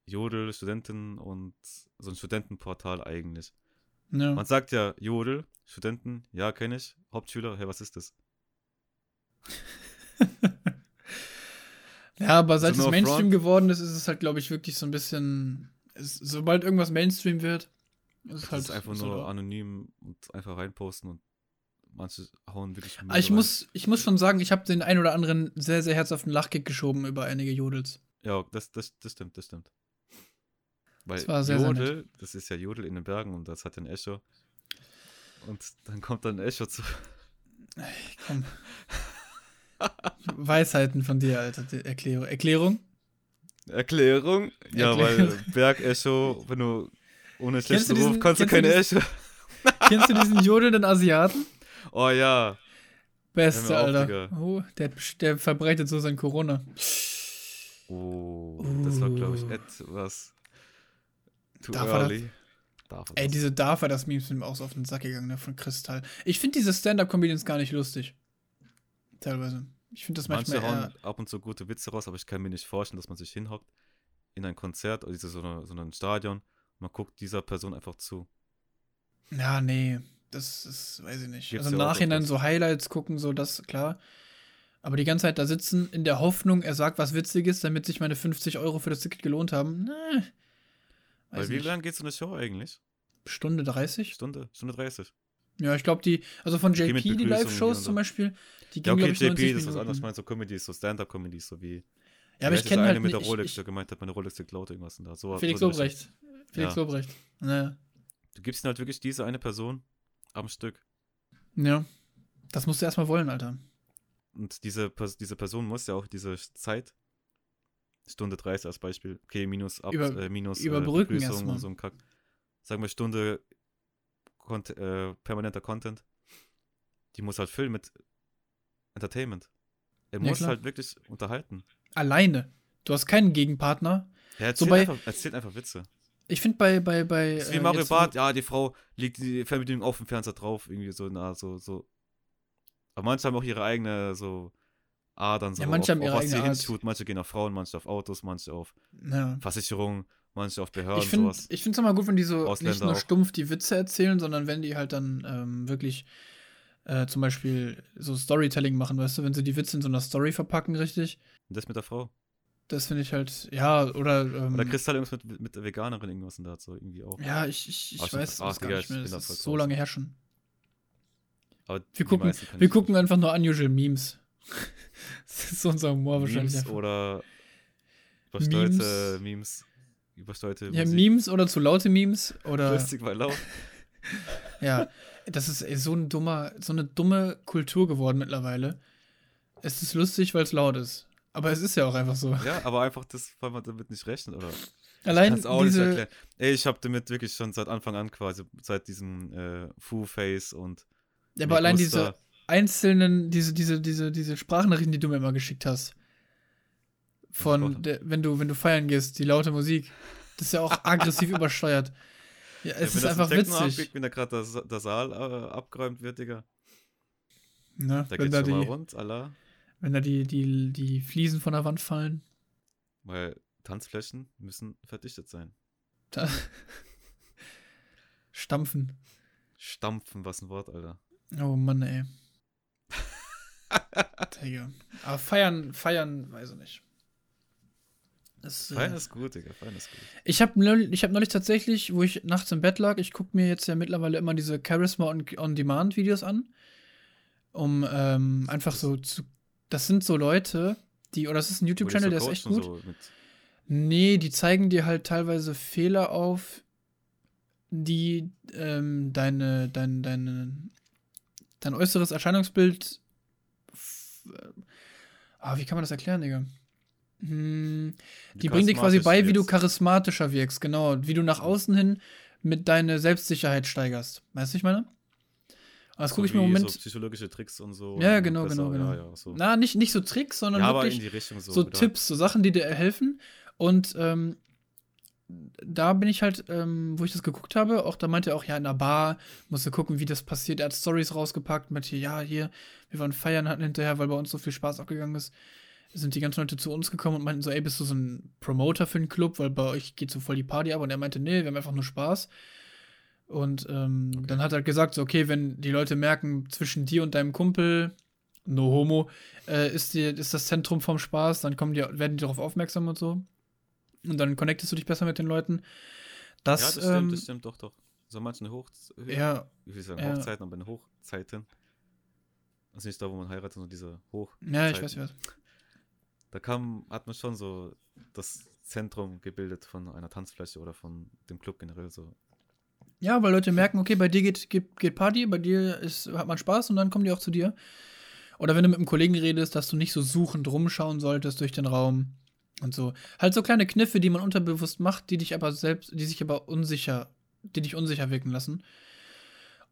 A: Jodel, Studenten und so ein Studentenportal eigentlich.
B: Ja.
A: Man sagt ja Jodel, Studenten, ja, kenne ich. Hauptschüler, hey, was ist das?
B: Ja, aber
A: Also
B: seit es
A: no
B: Mainstream
A: front.
B: geworden ist, ist es halt, glaube ich, wirklich so ein bisschen. Es, sobald irgendwas Mainstream wird, ist
A: Das
B: es halt.
A: ist einfach
B: so
A: nur
B: da.
A: anonym und einfach reinposten und manche hauen wirklich.
B: Aber Ah, ich
A: Müll
B: muss, ich muss schon sagen, ich habe den ein oder anderen sehr, sehr herzhaften Lachkick geschoben über einige Jodels.
A: rein. Ja, das, das, das stimmt, das stimmt. Weil
B: Das war sehr, sehr
A: Jodel, das ist ja Jodel in den Bergen und das hat ein Echo. Und dann kommt dann ein Echo zu.
B: Komm. Weisheiten von dir, Alter. die Erklärung. Erklärung?
A: Erklärung? Ja,
B: Erklärung.
A: weil Bergecho, wenn du ohne
B: Kennst
A: schlechten
B: du
A: Ruf
B: diesen-
A: kannst du
B: kennst du
A: keine Echo.
B: Kennst du diesen jodelnden Asiaten?
A: Oh ja.
B: Beste,
A: Hör mir auf,
B: Alter. Oh, der, der verbreitet so sein Corona.
A: Oh, das war, glaube ich,
B: Uh.
A: etwas too
B: Darf er das?
A: early. Darf er
B: Ey,
A: das?
B: diese Darfer, das Meme sind mir auch so auf den Sack gegangen, ne, von Kristall. Ich finde diese Stand-Up-Comedians gar nicht lustig. Teilweise. Ich finde das manchmal
A: Manche
B: eher,
A: hauen ab und zu gute Witze raus, aber ich kann mir nicht vorstellen, dass man sich hinhockt in ein Konzert oder diese- so, eine, so ein Stadion und man guckt dieser Person einfach zu.
B: Ja, nee. Das ist, weiß ich nicht.
A: Gibt's
B: also im
A: ja auch
B: Nachhinein
A: öfters.
B: so Highlights gucken, so das, klar. Aber die ganze Zeit da sitzen, in der Hoffnung, er sagt was Witziges, damit sich meine 50 Euro für das Ticket gelohnt haben. Nee.
A: Weil
B: Weiß
A: wie
B: nicht.
A: lange geht so eine Show eigentlich?
B: Stunde 30?
A: Stunde? Stunde 30?
B: Ja, ich glaube, die, also von
A: Die gehen
B: JP,
A: mit
B: die
A: Begrüßung hier
B: Live-Shows
A: und
B: zum
A: so.
B: Beispiel, die
A: Ja,
B: gingen,
A: okay,
B: glaube ich, 90
A: JP, das ist was
B: Minuten.
A: anderes. Ich meine so Comedies, so Stand-Up-Comedies, so wie.
B: Ja, aber
A: Wer
B: ich
A: ist dieser
B: kenne halt
A: eine mit
B: nicht.
A: der Rolex,
B: ich,
A: der gemeint hat, meine Rolex liegt laut irgendwas. Und da. So,
B: Felix
A: so eine Geschichte.
B: Lobrecht. Felix
A: Ja.
B: Lobrecht. Naja.
A: Du gibst ihnen halt wirklich diese eine Person am Stück.
B: Ja. Das musst du erstmal wollen, Alter.
A: Und diese, Pers- diese Person muss ja auch diese Zeit, Stunde 30 als Beispiel, okay, minus, ab,
B: Über-
A: äh, minus
B: überbrücken
A: äh, Begrüßung
B: erstmal.
A: und so ein Kack. Sagen wir Stunde Cont äh, permanenter Content. Die muss halt füllen mit Entertainment. Er
B: Ja,
A: muss
B: klar.
A: halt wirklich unterhalten.
B: Alleine. Du hast keinen Gegenpartner.
A: Er erzählt,
B: bei-
A: einfach, erzählt einfach Witze.
B: Ich finde bei, bei, bei.
A: Das ist wie
B: äh,
A: Mario
B: jetzt-
A: Barth, ja, die Frau legt die Fernbedienung auf dem Fernseher drauf, irgendwie so, na, so, so. Aber manche haben auch ihre eigene, so, Adern, so,
B: Ja, manche
A: auf,
B: haben ihre
A: auf was sie
B: eigene Art.
A: hintut. Manche gehen auf Frauen, manche auf Autos, manche auf
B: Ja.
A: Versicherungen, manche auf Behörden,
B: Ich finde
A: sowas.
B: es immer gut, wenn die so
A: Ausländer
B: nicht nur
A: auch.
B: stumpf die Witze erzählen, sondern wenn die halt dann ähm, wirklich äh, zum Beispiel so Storytelling machen, weißt du, wenn sie die Witze in so einer Story verpacken, richtig.
A: Und das mit der Frau.
B: Das finde ich halt, ja, oder. Ähm,
A: Oder Kristall irgendwas mit, mit der Veganerin, irgendwas und da hat so irgendwie auch.
B: ja, ich, ich,
A: Ah, ich
B: ich weiß
A: bin- ah,
B: das gar
A: Digga,
B: nicht
A: ich
B: mehr.
A: bin
B: Das
A: da
B: ist
A: voll
B: so
A: raus.
B: lange her schon.
A: Aber
B: Wir
A: die
B: gucken-
A: meisten kann
B: Wir
A: ich
B: gucken einfach nur Unusual Memes. das ist so unser Humor
A: Memes
B: wahrscheinlich. einfach.
A: oder übersteuerte Memes. Übersteuerte
B: Ja,
A: Musik.
B: Memes äh. oder zu laute Memes oder
A: Lustig, weil laut.
B: ja, das ist ey, so ein dummer, so eine dumme Kultur geworden mittlerweile. Es ist lustig, weil es laut ist. Aber es ist ja auch einfach so.
A: Ja, aber einfach das, weil man damit nicht rechnet, oder?
B: Allein
A: Kannst auch nicht
B: diese,
A: erklären. Ey, ich habe damit wirklich schon seit Anfang an quasi, seit diesem äh, Fu-Face und.
B: ja, aber allein diese
A: Megusta-
B: einzelnen, diese, diese, diese, diese Sprachnachrichten, die du mir immer geschickt hast,
A: Warte.
B: von der, wenn du, wenn du feiern gehst, die laute Musik, das ist ja auch aggressiv übersteuert. Ja, es
A: wenn
B: ist
A: das im
B: einfach
A: Techno
B: witzig.
A: Abgeht, wenn da gerade der, Sa- der Saal äh, abgeräumt wird, Digga.
B: Ne?
A: Da
B: wenn
A: geht's
B: da
A: schon mal
B: die,
A: rund, Allah.
B: wenn da die, die, die Fliesen von der Wand fallen.
A: Weil Tanzflächen müssen verdichtet sein.
B: Da- Stampfen.
A: Stampfen, was ein Wort, Alter.
B: Oh Mann, ey. Digga. Aber feiern, feiern, weiß ich nicht. Das, äh,
A: Fein ist gut, Digga. Fein ist gut.
B: ich habe neulich, ich hab neulich tatsächlich, wo ich nachts im Bett lag, ich gucke mir jetzt ja mittlerweile immer diese Charisma on, on Demand Videos an, um ähm, einfach so zu. Das sind so Leute, die, oder das ist ein
A: Wo die so
B: YouTube-Channel, der ist echt
A: coachen,
B: gut.
A: So mit,
B: Nee, die zeigen dir halt teilweise Fehler auf, die ähm, deine, dein, deine, dein äußeres Erscheinungsbild. f- äh, Ah, wie kann man das erklären, Digga? Hm, die bringen dir quasi bei, wie du
A: charismatisch
B: charismatischer wirkst, genau. Wie du nach außen hin mit deiner Selbstsicherheit steigerst. Weißt du, ich meine? Aber das
A: wirkst.
B: gucke ich
A: So
B: mir im
A: wie
B: Moment.
A: So psychologische Tricks und so.
B: Ja,
A: und
B: genau, genau, genau.
A: Ja, ja, so.
B: na, nicht, nicht so Tricks, sondern
A: ja aber
B: wirklich
A: in die Richtung so.
B: so
A: wieder.
B: Tipps, so Sachen, die dir helfen. Und ähm, da bin ich halt, ähm, wo ich das geguckt habe, auch da meinte er auch, ja, in der Bar, musste gucken, wie das passiert. Er hat Stories rausgepackt mit, hier, ja, hier, wir waren feiern, hatten hinterher, weil bei uns so viel Spaß abgegangen ist, sind die ganzen Leute zu uns gekommen und meinten so, ey, bist du so ein Promoter für den Club, weil bei euch geht so voll die Party ab. Und er meinte, nee, wir haben einfach nur Spaß. Und ähm, dann hat er gesagt, so, okay, wenn die Leute merken, zwischen dir und deinem Kumpel, no homo, äh, ist, die, ist das Zentrum vom Spaß, dann kommen die, werden die darauf aufmerksam und so. Und dann connectest du dich besser mit den Leuten. Das,
A: ja, das
B: ähm,
A: stimmt, das stimmt, doch, doch. So manchen Hoch
B: Ja,
A: ich will sagen
B: ja.
A: Hochzeiten, aber in Hochzeiten. Also nicht da, wo man heiratet, sondern diese Hoch.
B: ja, ich
A: Zeiten.
B: weiß, ich weiß.
A: Da kam, hat man schon so das Zentrum gebildet von einer Tanzfläche oder von dem Club generell so.
B: Ja, weil Leute merken, okay, bei dir geht, geht, geht Party, bei dir ist, hat man Spaß und dann kommen die auch zu dir. Oder wenn du mit einem Kollegen redest, dass du nicht so suchend rumschauen solltest durch den Raum und so. Halt so kleine Kniffe, die man unterbewusst macht, die dich aber selbst, die sich aber unsicher, die dich unsicher wirken lassen.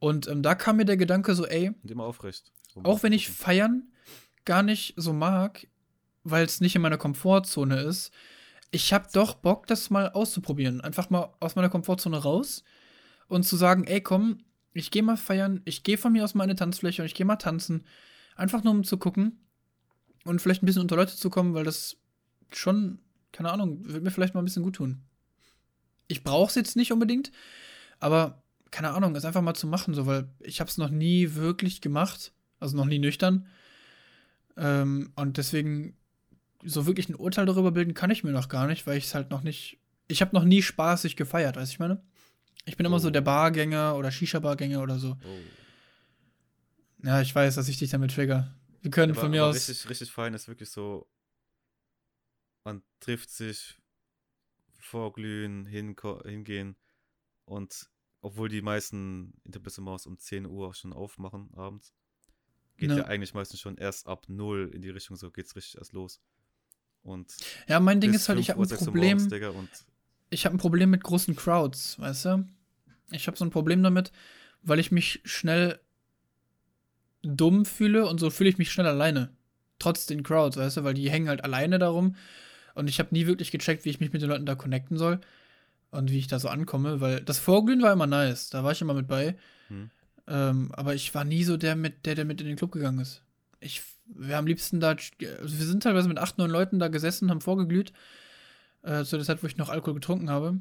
B: Und ähm, da kam mir der Gedanke so, ey,
A: Und immer aufrecht.
B: auch wenn ich
A: Gucken.
B: feiern gar nicht so mag, weil es nicht in meiner Komfortzone ist, ich habe doch Bock, das mal auszuprobieren. Einfach mal aus meiner Komfortzone raus und zu sagen, ey, komm, ich gehe mal feiern, ich gehe von mir aus mal in eine Tanzfläche und ich gehe mal tanzen. Einfach nur um zu gucken und vielleicht ein bisschen unter Leute zu kommen, weil das schon, keine Ahnung, wird mir vielleicht mal ein bisschen gut tun. Ich brauche es jetzt nicht unbedingt, aber keine Ahnung, es einfach mal zu machen, so, weil ich habe es noch nie wirklich gemacht, also noch nie nüchtern. Ähm, und deswegen so wirklich ein Urteil darüber bilden kann ich mir noch gar nicht, weil ich es halt noch nicht. Ich habe noch nie spaßig gefeiert, weißt du, ich meine? Ich bin immer so
A: Oh.
B: der Bargänger oder Shisha-Bargänger oder so.
A: Oh.
B: Ja, ich weiß, dass ich dich damit trigger. Wir können
A: Aber-
B: von mir
A: aber
B: aus.
A: Richtig, richtig fein ist wirklich so, man trifft sich, vorglühen, hinko- hingehen und obwohl die meisten Interpissemaus um 10 Uhr auch schon aufmachen abends, geht
B: Ja.
A: ja. eigentlich meistens schon erst ab 0 in die Richtung, so geht's richtig erst los. Und
B: ja, mein Ding
A: bis
B: ist halt, ich
A: 5
B: habe
A: Uhr,
B: ein
A: 6 Uhr
B: Problem.
A: morgens, Digga, und
B: ich habe ein Problem mit großen Crowds, weißt du? Ich habe so ein Problem damit, weil ich mich schnell dumm fühle und so fühle ich mich schnell alleine. Trotz den Crowds, weißt du, weil die hängen halt alleine darum und ich habe nie wirklich gecheckt, wie ich mich mit den Leuten da connecten soll und wie ich da so ankomme, weil das Vorglühen war immer nice, da war ich immer mit bei.
A: Hm.
B: Ähm, aber ich war nie so der, mit, der, der mit in den Club gegangen ist. Ich, wir haben am liebsten da, also wir sind teilweise mit acht, neun Leuten da gesessen, haben vorgeglüht äh, zu der Zeit, wo ich noch Alkohol getrunken habe.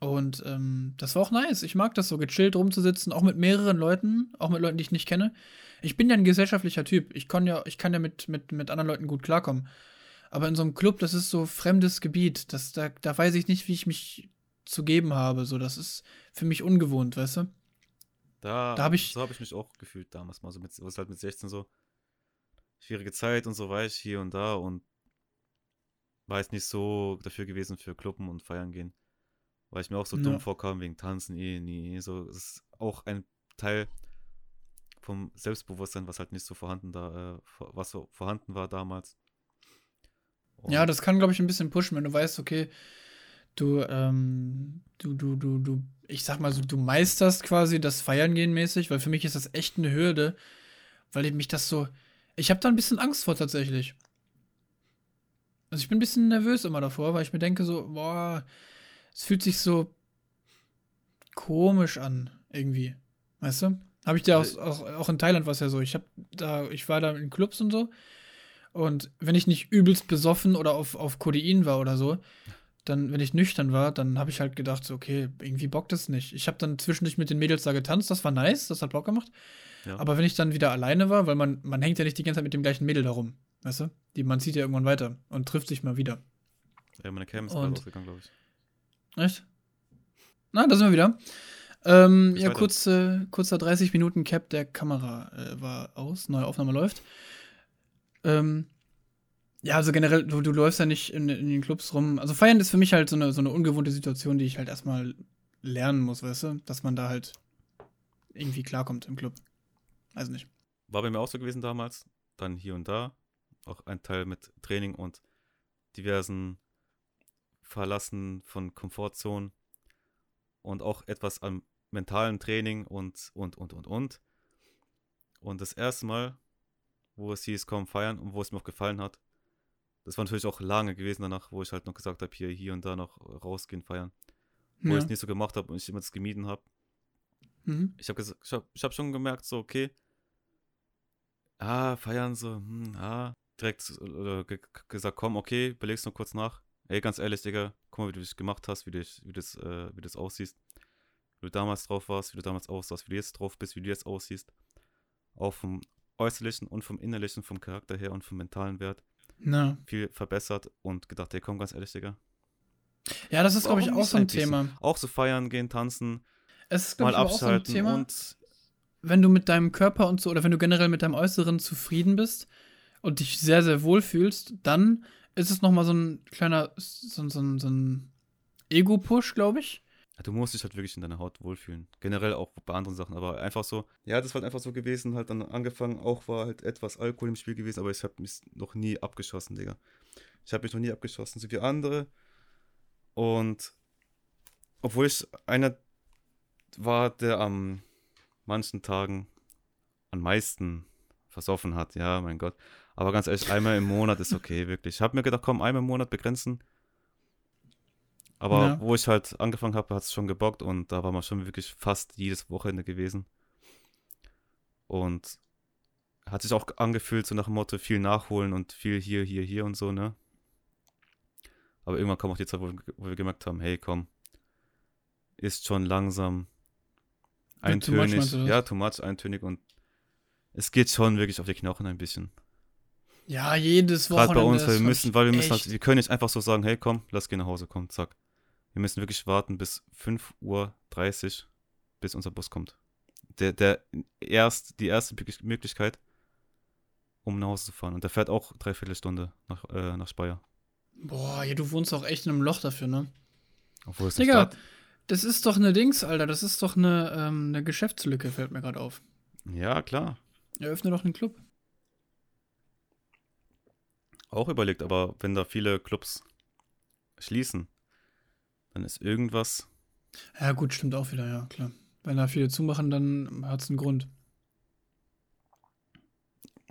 B: Und ähm, das war auch nice. Ich mag das so, gechillt rumzusitzen, auch mit mehreren Leuten, auch mit Leuten, die ich nicht kenne. Ich bin ja ein gesellschaftlicher Typ. Ich kann ja, ich kann ja mit, mit, mit anderen Leuten gut klarkommen. Aber in so einem Club, das ist so fremdes Gebiet. Das, da, da weiß ich nicht, wie ich mich zu geben habe. So, das ist für mich ungewohnt, weißt du?
A: Da,
B: Da hab ich-
A: so habe ich mich auch gefühlt damals mal, so mit, was halt mit 16 so schwierige Zeit und so war ich hier und da und war jetzt nicht so dafür gewesen für Clubben und Feiern gehen, weil ich mir auch so
B: Ja.
A: dumm vorkam wegen Tanzen, eh, nie, eh, so. Das ist auch ein Teil vom Selbstbewusstsein, was halt nicht so vorhanden da, äh, vor- was so vorhanden war damals.
B: Ja,
A: Und
B: das kann, glaube ich, ein bisschen pushen, wenn du weißt, okay, du, ähm, du, du, du, du, ich sag mal so, du meisterst quasi das Feiern gehen mäßig, weil für mich ist das echt eine Hürde, weil ich mich das so, ich habe da ein bisschen Angst vor tatsächlich. Also ich bin ein bisschen nervös immer davor, weil ich mir denke so, boah, es fühlt sich so komisch an, irgendwie. Weißt du? Habe ich dir auch,
A: Also-
B: auch, auch in Thailand was ja so. Ich hab da, ich war da in Clubs und so. Und wenn ich nicht übelst besoffen oder auf, auf Kodein war oder so, dann, wenn ich nüchtern war, dann habe ich halt gedacht, so, okay, irgendwie bockt das nicht. Ich habe dann zwischendurch mit den Mädels da getanzt, das war nice, das hat Bock gemacht.
A: Ja.
B: Aber wenn ich dann wieder alleine war, weil man, man hängt ja nicht die ganze Zeit mit dem gleichen Mädel da rum, weißt du? Die, man zieht ja irgendwann weiter und trifft sich mal wieder.
A: ja, meine Cam ist gerade
B: und-
A: ausgegangen, glaube ich.
B: Echt? Na, da sind wir wieder. Ähm,
A: Bis
B: ja,
A: weiter.
B: kurze, kurzer 30 Minuten Cap der Kamera äh, war aus, neue Aufnahme läuft. Ähm, ja, also generell, du, du läufst ja nicht in, in den Clubs rum. Also feiern ist für mich halt so eine, so eine ungewohnte Situation, die ich halt erstmal lernen muss, weißt du? Dass man da halt irgendwie klarkommt im Club. Weiß nicht.
A: War bei mir auch so gewesen damals. Dann hier und da. Auch ein Teil mit Training und diversen Verlassen von Komfortzonen. Und auch etwas am mentalen Training und, und, und, und, und. Und das erste Mal, wo es hieß, komm feiern und wo es mir auch gefallen hat, Das war natürlich auch lange gewesen danach, wo ich halt noch gesagt habe, hier, hier und da noch rausgehen, feiern. Wo ich
B: Ja.
A: es nicht so gemacht habe und ich immer das gemieden habe.
B: Mhm.
A: Ich habe ich hab, ich hab schon gemerkt, so, okay, ah, feiern so, hm, ah, direkt so, äh, ge ge- gesagt, komm, okay, belegst noch kurz nach. Ey, ganz ehrlich, Digga, guck mal, wie du dich gemacht hast, wie du, dich- wie das, äh, wie das aussiehst. Wie du damals drauf warst, wie du damals aussahst, wie du jetzt drauf bist, wie du jetzt aussiehst. Auch vom Äußerlichen und vom Innerlichen, vom Charakter her und vom mentalen Wert
B: Na.
A: viel verbessert und gedacht, ey, komm, ganz ehrlich, Digga.
B: Ja, das ist, glaube ich,
A: Warum
B: auch
A: nicht
B: so ein
A: eigentlich so?
B: Thema.
A: Auch so feiern gehen, tanzen,
B: Es ist, glaube
A: mal
B: ich, aber auch so ein
A: abschalten
B: Thema,
A: und
B: wenn du mit deinem Körper und so, oder wenn du generell mit deinem Äußeren zufrieden bist und dich sehr, sehr wohl fühlst, dann ist es nochmal so ein kleiner, so, ein- so, ein- so ein Ego-Push, glaube ich.
A: Ja, Du musst dich halt wirklich in deiner Haut wohlfühlen. Generell auch bei anderen Sachen, aber einfach so. Ja, das war halt einfach so gewesen, halt dann angefangen, auch war halt etwas Alkohol im Spiel gewesen, aber ich habe mich noch nie abgeschossen, Digga. Ich habe mich noch nie abgeschossen, so wie andere. Und obwohl ich einer war, der am manchen Tagen am meisten versoffen hat, ja, mein Gott. Aber ganz ehrlich, einmal im Monat ist okay, wirklich. Ich habe mir gedacht, komm, einmal im Monat begrenzen. Aber
B: Ja.
A: wo ich halt angefangen habe, hat es schon gebockt und da war man schon wirklich fast jedes Wochenende gewesen. Und hat sich auch angefühlt, so nach dem Motto, viel nachholen und viel hier, hier, hier und so, ne? Aber irgendwann kam auch die Zeit, wo wir, wo wir gemerkt haben, hey, komm, ist schon langsam
B: Wird too much,
A: eintönig.
B: meinst du das?
A: ja, too much, eintönig und es geht schon wirklich auf die Knochen ein bisschen.
B: Ja, jedes Wochenende.
A: Gerade bei uns, weil
B: ist
A: wir müssen, weil wir müssen,
B: echt-
A: halt, wir können nicht einfach so sagen, hey, komm, lass gehen nach Hause, komm, zack. Wir müssen wirklich warten bis 5.30 Uhr, bis unser Bus kommt. Der, der erst, die erste Möglich- Möglichkeit, um nach Hause zu fahren. Und der fährt auch dreiviertel Stunde nach, äh, nach Speyer.
B: Boah, ja, du wohnst auch echt in einem Loch dafür, ne?
A: Obwohl es eine
B: Digga,
A: Stadt.
B: das ist doch eine Dings, Alter. Das ist doch eine, ähm, eine Geschäftslücke, fällt mir gerade auf.
A: Ja, klar.
B: Eröffne doch einen Club.
A: auch überlegt, aber wenn da viele Clubs schließen, dann ist irgendwas.
B: Ja, gut, stimmt auch wieder, ja, klar. Wenn da viele zumachen, dann hat es einen Grund.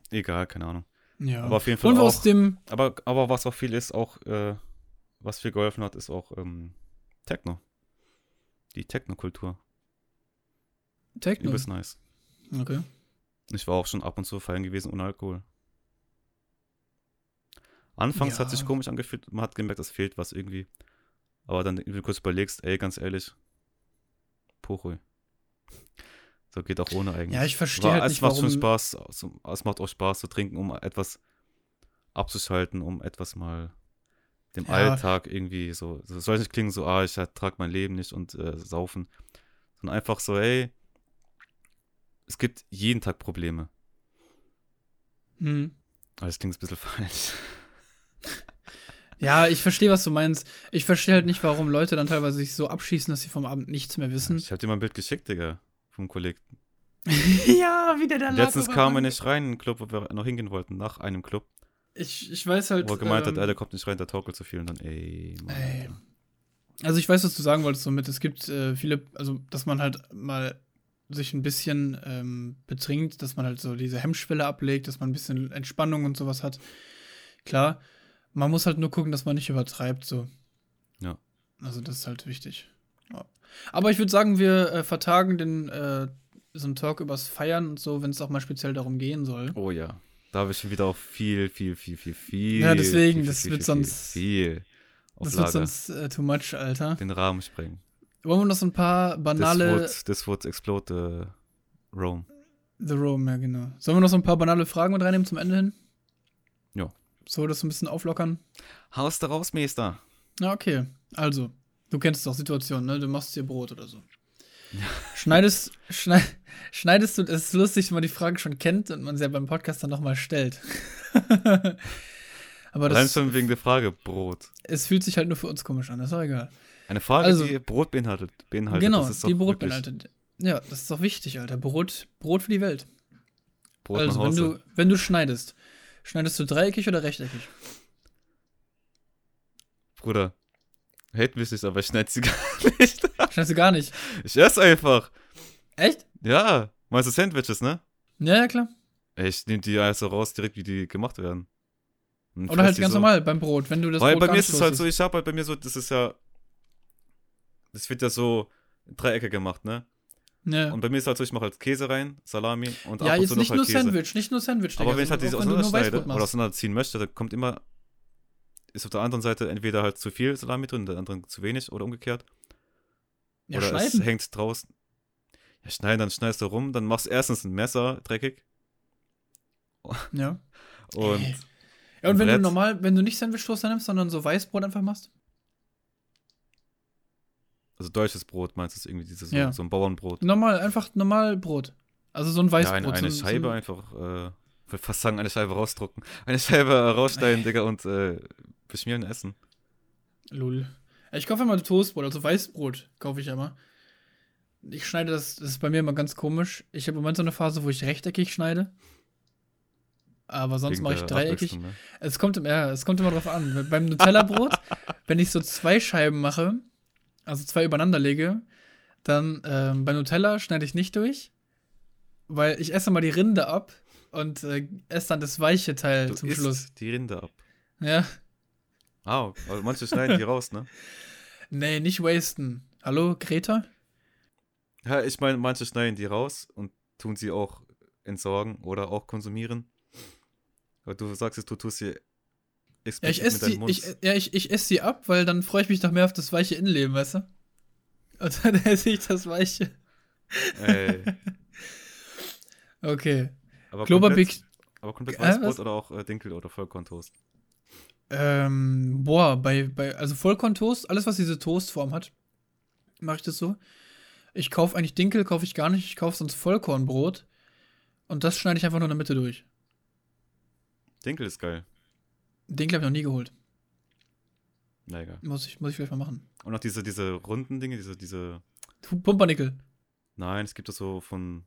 A: Egal, keine Ahnung.
B: Ja.
A: Aber auf jeden Fall
B: Holen wir
A: auch.
B: aus dem.
A: Aber, aber was auch viel ist, auch äh, was viel geholfen hat, ist auch ähm, Techno. Die Techno-Kultur.
B: Techno.
A: Übelst nice.
B: Okay.
A: Ich war auch schon ab und zu feiern gewesen ohne Alkohol. Anfangs hat sich
B: Ja.
A: komisch angefühlt, man hat gemerkt, es fehlt was irgendwie. Aber dann, wenn du kurz überlegst, ey, ganz ehrlich, Puchui. So geht auch ohne eigentlich.
B: Ja, ich verstehe
A: Aber
B: halt
A: es
B: nicht,
A: macht
B: warum.
A: schon Spaß, also, es macht auch Spaß zu trinken, um etwas abzuschalten, um etwas mal dem
B: Ja.
A: Alltag irgendwie so, so soll nicht klingen so, ah, ich ertrage mein Leben nicht und äh, saufen, sondern einfach so, hey, es gibt jeden Tag Probleme.
B: Hm.
A: Aber das klingt ein bisschen falsch.
B: Ja, ich verstehe, was du meinst. Ich verstehe halt nicht, warum Leute dann teilweise sich so abschießen, dass sie vom Abend nichts mehr wissen.
A: Ich hab dir mal ein Bild geschickt, Digga, vom Kollegen.
B: ja, wie der da lag,
A: Letztens
B: aber
A: kam er
B: man-
A: nicht rein in den Club, wo wir noch hingehen wollten, nach einem Club,
B: Ich, ich weiß halt.
A: wo er gemeint hat,
B: ähm,
A: ey, der kommt nicht rein, der torkelt zu viel und dann, ey, Mann,
B: Ey.
A: Alter.
B: Also ich weiß, was du sagen wolltest somit. Es gibt äh, viele, also dass man halt mal sich ein bisschen ähm, betrinkt, dass man halt so diese Hemmschwelle ablegt, dass man ein bisschen Entspannung und sowas hat. Klar, man muss halt nur gucken, dass man nicht übertreibt, so.
A: Ja.
B: Also das ist halt wichtig. Ja. Aber ich würde sagen, wir äh, vertagen den äh, so einen Talk übers Feiern und so, wenn es auch mal speziell darum gehen soll.
A: Oh ja. Da habe ich schon wieder auch viel, viel, viel, viel, viel.
B: Ja, deswegen,
A: viel,
B: das wird
A: viel,
B: sonst-
A: Viel. viel auf
B: das
A: Lager
B: wird sonst äh, too much, Alter.
A: den Rahmen sprengen.
B: Wollen wir noch so ein paar banale
A: Das wird, das wird explode äh, Rome.
B: The Room, ja, genau. Sollen wir noch so ein paar banale Fragen mit reinnehmen zum Ende hin?
A: Ja.
B: So, das ein bisschen auflockern?
A: Haus da raus, Meister.
B: Na, okay. Also, du kennst doch Situationen, ne? Du machst dir Brot oder so. Schneidest, schnei, schneidest du, es ist lustig, wenn man die Frage schon kennt und man sie ja beim Podcast dann nochmal stellt. Aber
A: Allein
B: das,
A: schon wegen der Frage Brot.
B: es fühlt sich halt nur für uns komisch an, das ist auch egal.
A: Eine Frage,
B: Also-
A: die Brot beinhaltet. beinhaltet.
B: genau,
A: das ist doch
B: die Brot
A: wirklich
B: beinhaltet. Ja, das ist doch wichtig, Alter. Brot, Brot für die Welt.
A: Brot
B: also,
A: nach
B: wenn
A: Hause.
B: du, wenn du schneidest, schneidest du dreieckig oder rechteckig?
A: Bruder, hate mich nicht, aber ich schneide sie gar nicht.
B: Schneidest du gar nicht.
A: Ich esse einfach.
B: Echt?
A: Ja, meinst du Sandwiches, ne?
B: Ja, ja, klar.
A: Ey, Ich nehme die also raus, direkt wie die gemacht werden. Und
B: Oder halt
A: fress die
B: ganz
A: so.
B: normal beim Brot, wenn du das
A: Weil
B: Brot
A: bei
B: gar
A: mir
B: nicht
A: ist es halt so,
B: toastest.
A: ich habe halt bei mir so, das ist ja, das wird ja so in Dreiecke gemacht, ne?
B: Ne.
A: Und bei mir ist halt so, ich mache halt Käse rein, Salami und
B: Ja,
A: ab und
B: jetzt
A: zu noch
B: nicht
A: halt
B: nur
A: Käse.
B: Sandwich, nicht nur Sandwich.
A: Aber
B: Digga,
A: wenn ich halt
B: sondern
A: dieses
B: auch wenn du
A: auseinanderschneide
B: nur Weißbrot
A: oder
B: machst.
A: auseinanderziehen möchte, dann kommt immer, ist auf der anderen Seite entweder halt zu viel Salami drin, der anderen zu wenig oder umgekehrt.
B: Ja,
A: oder es
B: schneiden.
A: hängt draußen. Ja, schneiden, dann schneidest du rum, dann machst du erstens ein Messer dreckig
B: Ja.
A: und
B: Ey. Ja, und wenn du
A: Brett.
B: normal, wenn du nicht Sandwich-Toaster nimmst, sondern so Weißbrot einfach machst.
A: also deutsches Brot meinst du, ist irgendwie dieses so,
B: Ja.
A: so ein Bauernbrot.
B: Normal, einfach normal Brot. Also so ein
A: Ja,
B: Weißbrot.
A: eine,
B: so
A: eine
B: ein, so
A: Scheibe
B: ein,
A: einfach, äh, ich will fast sagen, eine Scheibe rausdrucken. Eine Scheibe äh, rausschneiden, Digga, und äh, beschmieren essen.
B: Lul. Ich kaufe immer Toastbrot, also Weißbrot kaufe ich immer. Ich schneide das, das ist bei mir immer ganz komisch. Ich habe im Moment so eine Phase, wo ich rechteckig schneide. Aber sonst
A: Wegen
B: mache ich
A: der
B: dreieckig.
A: Abwechslung, ne?
B: Es kommt, im- ja, es kommt immer drauf an. Beim Nutella-Brot, wenn ich so zwei Scheiben mache, also zwei übereinander lege, dann ähm, bei Nutella schneide ich nicht durch, weil ich esse mal die Rinde ab und äh, esse dann das weiche Teil
A: Du
B: äh, zum
A: isst
B: Schluss.
A: die Rinde ab.
B: Ja.
A: Ah, okay. also manche schneiden die raus, ne?
B: Nee, nicht wasten. Hallo, Greta?
A: Ja, ich meine, manche schneiden die raus und tun sie auch entsorgen oder auch konsumieren. Aber du sagst es, du tust sie
B: Ja,
A: explizit
B: ich
A: mit
B: esse
A: deinem
B: die,
A: Mund.
B: ich, ja, ich, ich esse die ab, weil dann freue ich mich noch mehr auf das weiche Innenleben, weißt du? Und dann esse ich das weiche.
A: Ey,
B: Okay.
A: aber
B: Klobapic,
A: komplett, aber komplett
B: Äh,
A: Weißbrot
B: was?
A: oder auch äh, Dinkel oder Vollkorntoast.
B: ähm, boah, bei, bei, also Vollkorntoast, alles was diese Toastform hat, mache ich das so. Ich kaufe eigentlich Dinkel, kaufe ich gar nicht, ich kaufe sonst Vollkornbrot. Und das schneide ich einfach nur in der Mitte durch.
A: Dinkel ist geil.
B: Dinkel habe ich noch nie geholt.
A: Na egal.
B: Muss ich, muss ich vielleicht mal machen.
A: Und auch diese, diese runden Dinge, diese, diese.
B: Pumpernickel.
A: Nein, es gibt das so von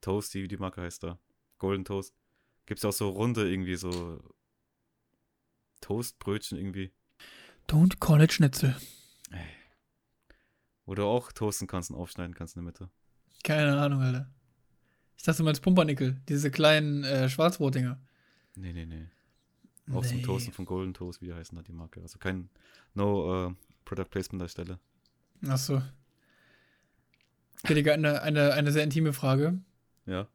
A: Toasty, wie die Marke heißt da. Golden Toast. Gibt es auch so runde irgendwie, so Toastbrötchen irgendwie.
B: Don't call it Schnitzel.
A: Wo du auch toasten kannst und aufschneiden kannst in der Mitte.
B: Keine Ahnung, Alter. Ich dachte, du meinst Pumpernickel. Diese kleinen äh, Schwarzbrotdinger.
A: Nee, nee, nee. Auch zum
B: Nee.
A: Toasten von Golden Toast, wie die heißen da die Marke. Also kein No äh, Product Placement an der Stelle.
B: Ach so. Okay, Digga, eine, eine, eine sehr intime Frage.
A: Ja.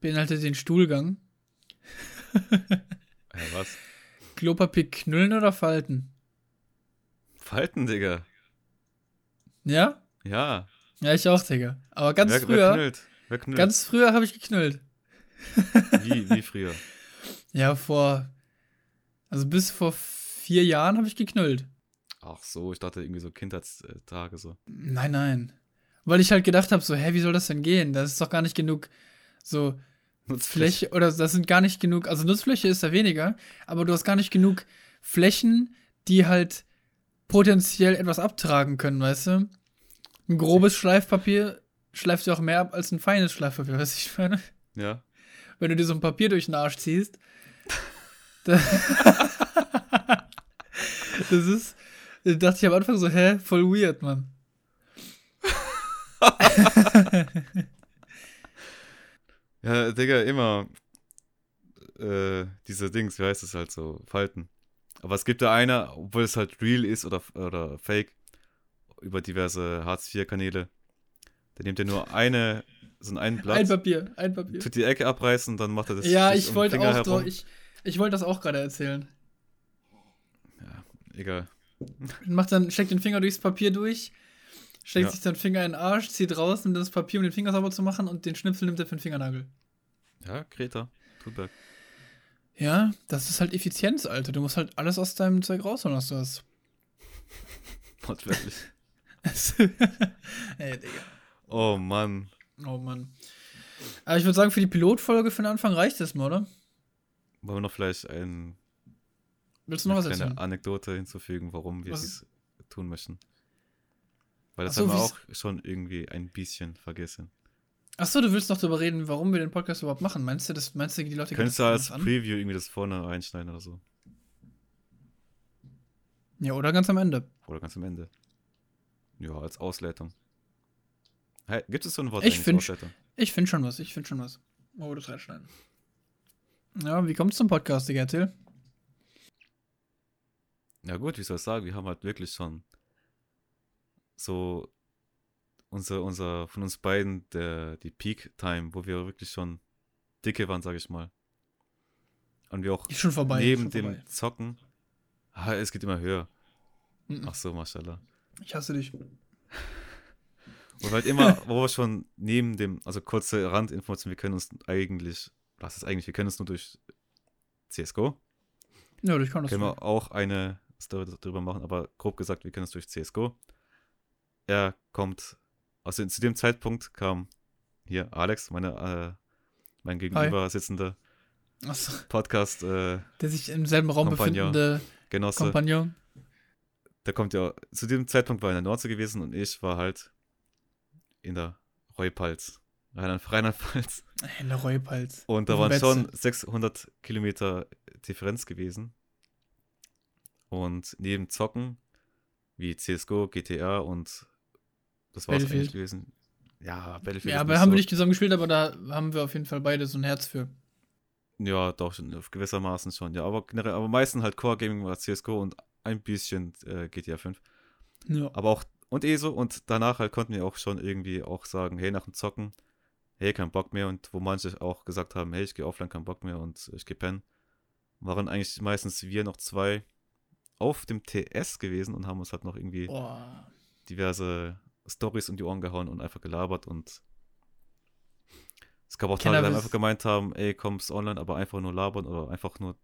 B: Beinhaltet den Stuhlgang.
A: Ja, was?
B: Klopapier knüllen oder falten?
A: Falten, Digga.
B: Ja?
A: Ja.
B: Ja, ich auch, Digga. Aber ganz
A: wer, Wer
B: früher,
A: knüllt? Wer knüllt?
B: ganz früher habe ich geknüllt.
A: wie, wie früher?
B: Ja, vor, also bis vor vier Jahren habe ich geknüllt.
A: Ach so, ich dachte irgendwie so Kindheitstage so.
B: Nein, nein. Weil ich halt gedacht habe, so, hä, wie soll das denn gehen? Das ist doch gar nicht genug, so, Fläche oder das sind gar nicht genug, also Nutzfläche ist da weniger, aber du hast gar nicht genug Flächen, die halt potenziell etwas abtragen können, weißt du? Ein grobes Schleifpapier schleift ja auch mehr ab als ein feines Schleifpapier, weißt du, ich meine?
A: Ja.
B: Wenn du dir so ein Papier durch den Arsch ziehst. da- das ist, da dachte ich am Anfang so, hä, voll weird, Mann.
A: Ja, Digga, immer äh, diese Dings, wie heißt es halt so, Falten. Aber es gibt da eine, obwohl es halt real ist oder, oder fake, über diverse Hartz-IV-Kanäle. Da nimmt er nur eine, so einen Blatt,
B: Ein Papier, ein Papier.
A: tut die Ecke abreißen und dann macht er das
B: Ja,
A: sich um
B: ich
A: den
B: wollte
A: Finger
B: auch,
A: herum.
B: drauf- ich, ich wollte das auch gerade erzählen.
A: Egal.
B: macht dann, steckt den Finger durchs Papier durch, steckt
A: Ja.
B: sich den Finger in den Arsch, zieht raus, nimmt das Papier, um den Finger sauber zu machen und den Schnipsel nimmt er für den Fingernagel.
A: Ja, Greta, Thunberg.
B: Ja, das ist halt Effizienz, Alter. Du musst halt alles aus deinem Zeug rausholen, was du hast.
A: Wortwörtlich.
B: Ey, Digga.
A: Oh Mann.
B: Oh Mann. Aber ich würde sagen, für die Pilotfolge für den Anfang reicht das mal, oder?
A: Wollen wir noch vielleicht ein,
B: Willst du noch
A: eine
B: was
A: kleine
B: erzählen?
A: Anekdote hinzufügen, warum wir
B: Was-
A: dies tun möchten? Weil das
B: Ach so,
A: haben wir
B: wie's-
A: auch schon irgendwie ein bisschen vergessen.
B: Achso, du willst noch darüber reden, warum wir den Podcast überhaupt machen. Meinst du, das, meinst du die Leute
A: Könntest du
B: gucken das
A: als Preview irgendwie das vorne reinschneiden oder so?
B: Ja, oder ganz am Ende.
A: Oder ganz am Ende. Ja, als Ausleitung. Hey, gibt es so ein Wort
B: Ich
A: eigentlich,
B: find-
A: Ausleitung?
B: Ich finde schon was, ich finde schon was. Oh, das reinschneiden. Ja, wie kommt's zum Podcast, Digga? Erzähl.
A: Ja gut, wie soll ich sagen, wir haben halt wirklich schon so unser, unser von uns beiden der, die Peak-Time, wo wir wirklich schon dicke waren, sage ich mal. Und wir auch
B: Ist schon vorbei.
A: neben
B: schon
A: dem
B: vorbei.
A: Zocken, ah, es geht immer höher.
B: Mhm.
A: Ach so, mashallah.
B: Ich hasse dich.
A: Wo wir halt immer, wo wir schon neben dem, also kurze Randinformation, wir können uns eigentlich, was ist eigentlich, wir können uns nur durch CSGO,
B: Ja, ich kann das
A: können
B: nicht.
A: wir auch eine Story darüber machen, aber grob gesagt, wir können es durch CSGO. Er kommt, also zu dem Zeitpunkt kam hier Alex, meine, äh, mein gegenüber sitzender
B: Achso,
A: Podcast äh,
B: der sich im selben Raum
A: Kompagnon.
B: befindende
A: Genosse.
B: Kompagnon.
A: Der kommt ja, zu dem Zeitpunkt war er in der Nordsee gewesen und ich war halt in der Reupalz, Rheinland- Rheinland-Pfalz.
B: Hey, der Reupals.
A: Und da
B: Auf dem
A: waren
B: Bett
A: schon 600 Kilometer Differenz gewesen. Und neben Zocken, wie CSGO, GTA und das war es
B: Battlefield.
A: eigentlich gewesen. Ja, Battlefield.
B: Ja,
A: ist
B: aber
A: nicht
B: haben wir
A: so-
B: nicht zusammen gespielt, aber da haben wir auf jeden Fall beide so ein Herz für.
A: Ja, doch, schon, auf gewissermaßen schon. Ja, aber generell, aber meistens halt Core Gaming war CSGO und ein bisschen äh, GTA 5.
B: Ja.
A: Aber auch, und eh so, und danach halt konnten wir auch schon irgendwie auch sagen, hey, nach dem Zocken, hey, kein Bock mehr. Und wo manche auch gesagt haben, hey, ich gehe offline, kein Bock mehr und ich gehe pennen, waren eigentlich meistens wir noch zwei auf dem TS gewesen und haben uns halt noch irgendwie
B: Boah.
A: diverse Stories um die Ohren gehauen und einfach gelabert und es gab auch Tage, die
B: Cannabis.
A: einfach gemeint haben, ey, kommst online, aber einfach nur labern oder einfach nur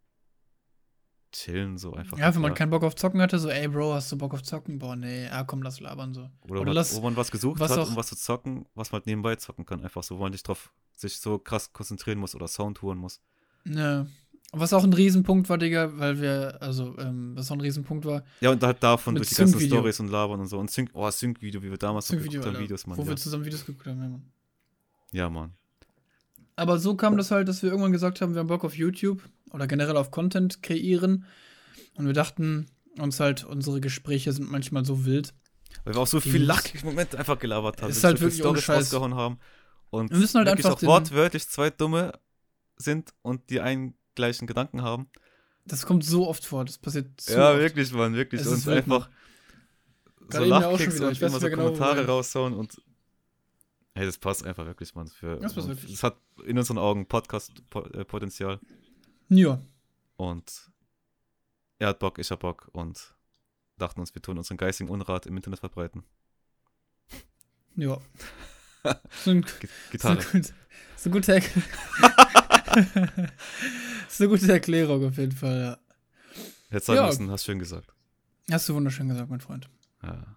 A: chillen, so einfach.
B: Ja, wenn
A: total.
B: man keinen Bock auf Zocken hatte, so, ey, Bro, hast du Bock auf Zocken? Boah, nee, ah, komm, lass labern so.
A: Oder,
B: Oder
A: man,
B: lass-
A: wo man was gesucht
B: was
A: hat,
B: auch-
A: um was zu zocken, was man halt nebenbei zocken kann. Einfach so, wo man nicht drauf sich so krass konzentrieren muss oder Sound hören muss.
B: Ne. Was auch ein Riesenpunkt war, Digga, weil wir, also, ähm, was auch ein Riesenpunkt war,
A: Ja, und halt davon
B: Mit
A: durch die ganzen
B: Sync-Video.
A: Stories und Labern und so. Und Sync, oh, Sync-Video, wie wir damals noch
B: zum Video,
A: geguckt haben,
B: Alter,
A: Videos, Mann.
B: wo
A: Ja.
B: wir zusammen Videos geguckt haben, ja, Mann.
A: ja, Mann.
B: Aber so kam das halt, dass wir irgendwann gesagt haben, wir haben Bock auf YouTube oder generell auf Content kreieren. Und wir dachten uns halt, unsere Gespräche sind manchmal so wild.
A: Weil wir auch so
B: Die
A: viel
B: Musik-
A: lackige Momente einfach gelabert haben.
B: Es ist
A: so
B: halt
A: viele
B: wirklich ohne
A: Storys
B: Scheiß.
A: rausgehauen haben. Und
B: Wir müssen halt
A: wirklich
B: einfach
A: auch
B: den-
A: wortwörtlich zwei Dumme sind und die einen gleichen Gedanken haben.
B: Das kommt so oft vor, das passiert so
A: ja,
B: oft.
A: wirklich, Mann, wirklich.
B: Es
A: und
B: ist wild, ne?
A: einfach so
B: Gerade eben ja auch schon
A: Lachkicks
B: wieder.
A: und
B: Ich weiß
A: immer so
B: nicht mehr genau,
A: Kommentare
B: woher.
A: raushauen und hey, das passt einfach wirklich, Mann. Für,
B: Das passt
A: und
B: wirklich.
A: Es hat in unseren Augen Podcast-Potenzial
B: Ja,
A: und er hat Bock, ich hab Bock und dachten uns, wir tun unseren geistigen Unrat im Internet verbreiten.
B: ja. so ein,
A: Gi-
B: so ein,
A: Gitarre.
B: gut, so ein guter so eine gute Erklärung auf jeden Fall, ja.
A: Hättest sagen
B: Ja.
A: müssen, hast schön gesagt.
B: Hast du wunderschön gesagt, mein Freund.
A: Ja.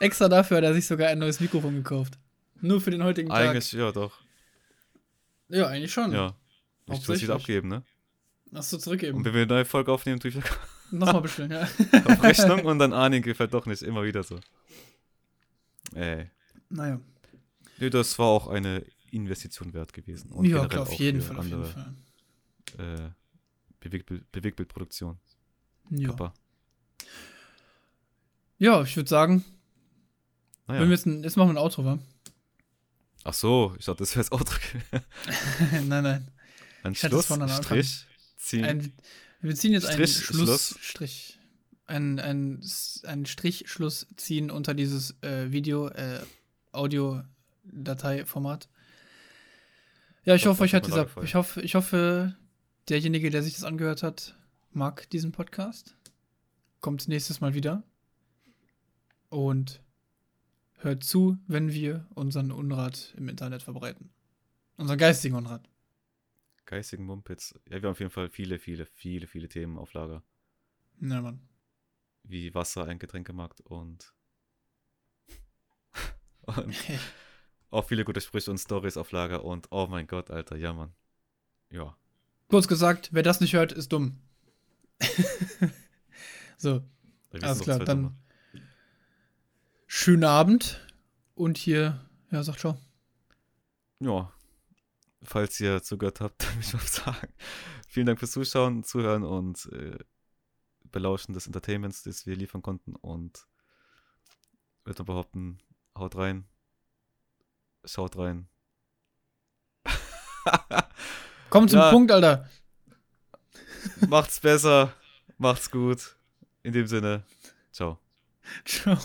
B: Extra dafür hat er sich sogar ein neues Mikrofon gekauft. Nur für den heutigen Tag.
A: Eigentlich, ja, doch.
B: Ja, eigentlich schon.
A: Ja. Ich muss
B: Hauptsächlich.
A: wieder abgeben, ne?
B: Hast du
A: Und
B: zurückgeben.
A: wenn wir eine neue Folge aufnehmen, tue ich wieder
B: Nochmal bestellen, ja.
A: auf Rechnung und dann Arne gefällt doch nicht. Immer wieder so. Ey.
B: Naja.
A: Nö, das war auch eine Investition wert gewesen. Und
B: Ja,
A: generell
B: klar,
A: auch
B: auf jeden
A: für
B: Fall, auf jeden
A: andere,
B: Fall.
A: Äh, Bewegbild, Bewegtbildproduktion.
B: Ja,
A: Kappa.
B: ja ich würde sagen, wenn
A: Naja.
B: wir jetzt, ein, jetzt machen wir ein Outro, wa?
A: Ach so, ich dachte, das wäre das Outro.
B: nein, nein.
A: Ein
B: Ich hatte
A: Schluss,
B: das vorne am Anfang.
A: Strich, ziehen.
B: Ein, wir ziehen jetzt einen
A: Strich,
B: Schluss,
A: Schluss.
B: Strich. Ein, ein, S- einen Strichschluss ziehen unter dieses äh, Video, äh, Audio-Dateiformat. Ja, ich
A: Doch,
B: hoffe,
A: das
B: euch
A: hat
B: hat
A: mir
B: dieser,
A: gefallen.
B: ich hoffe, ich hoffe, derjenige, der sich das angehört hat, mag diesen Podcast. Kommt nächstes Mal wieder. Und hört zu, wenn wir unseren Unrat im Internet verbreiten. Unseren geistigen Unrat.
A: Geistigen Mumpitz. Ja, wir haben auf jeden Fall viele, viele, viele, viele Themen auf Lager.
B: Na, Mann.
A: Wie Wasser, ein Getränkemarkt und. und auch viele gute Sprüche und Stories auf Lager. Und oh mein Gott, Alter, ja, Mann. Ja.
B: Kurz gesagt, wer das nicht hört, ist dumm. so,
A: Wir
B: Alles
A: sind
B: klar,
A: doch zwei
B: dann-
A: Dumme.
B: schönen Abend und hier, ja, sagt ciao.
A: ja, falls ihr zugehört habt, dann will ich mal sagen. Vielen Dank fürs Zuschauen, Zuhören und äh, Belauschen des Entertainments, das wir liefern konnten. Und würde man behaupten, haut rein, schaut rein.
B: Komm zum
A: Ja.
B: Punkt, Alter.
A: Macht's besser. Macht's gut. In dem Sinne. Ciao.
B: Ciao.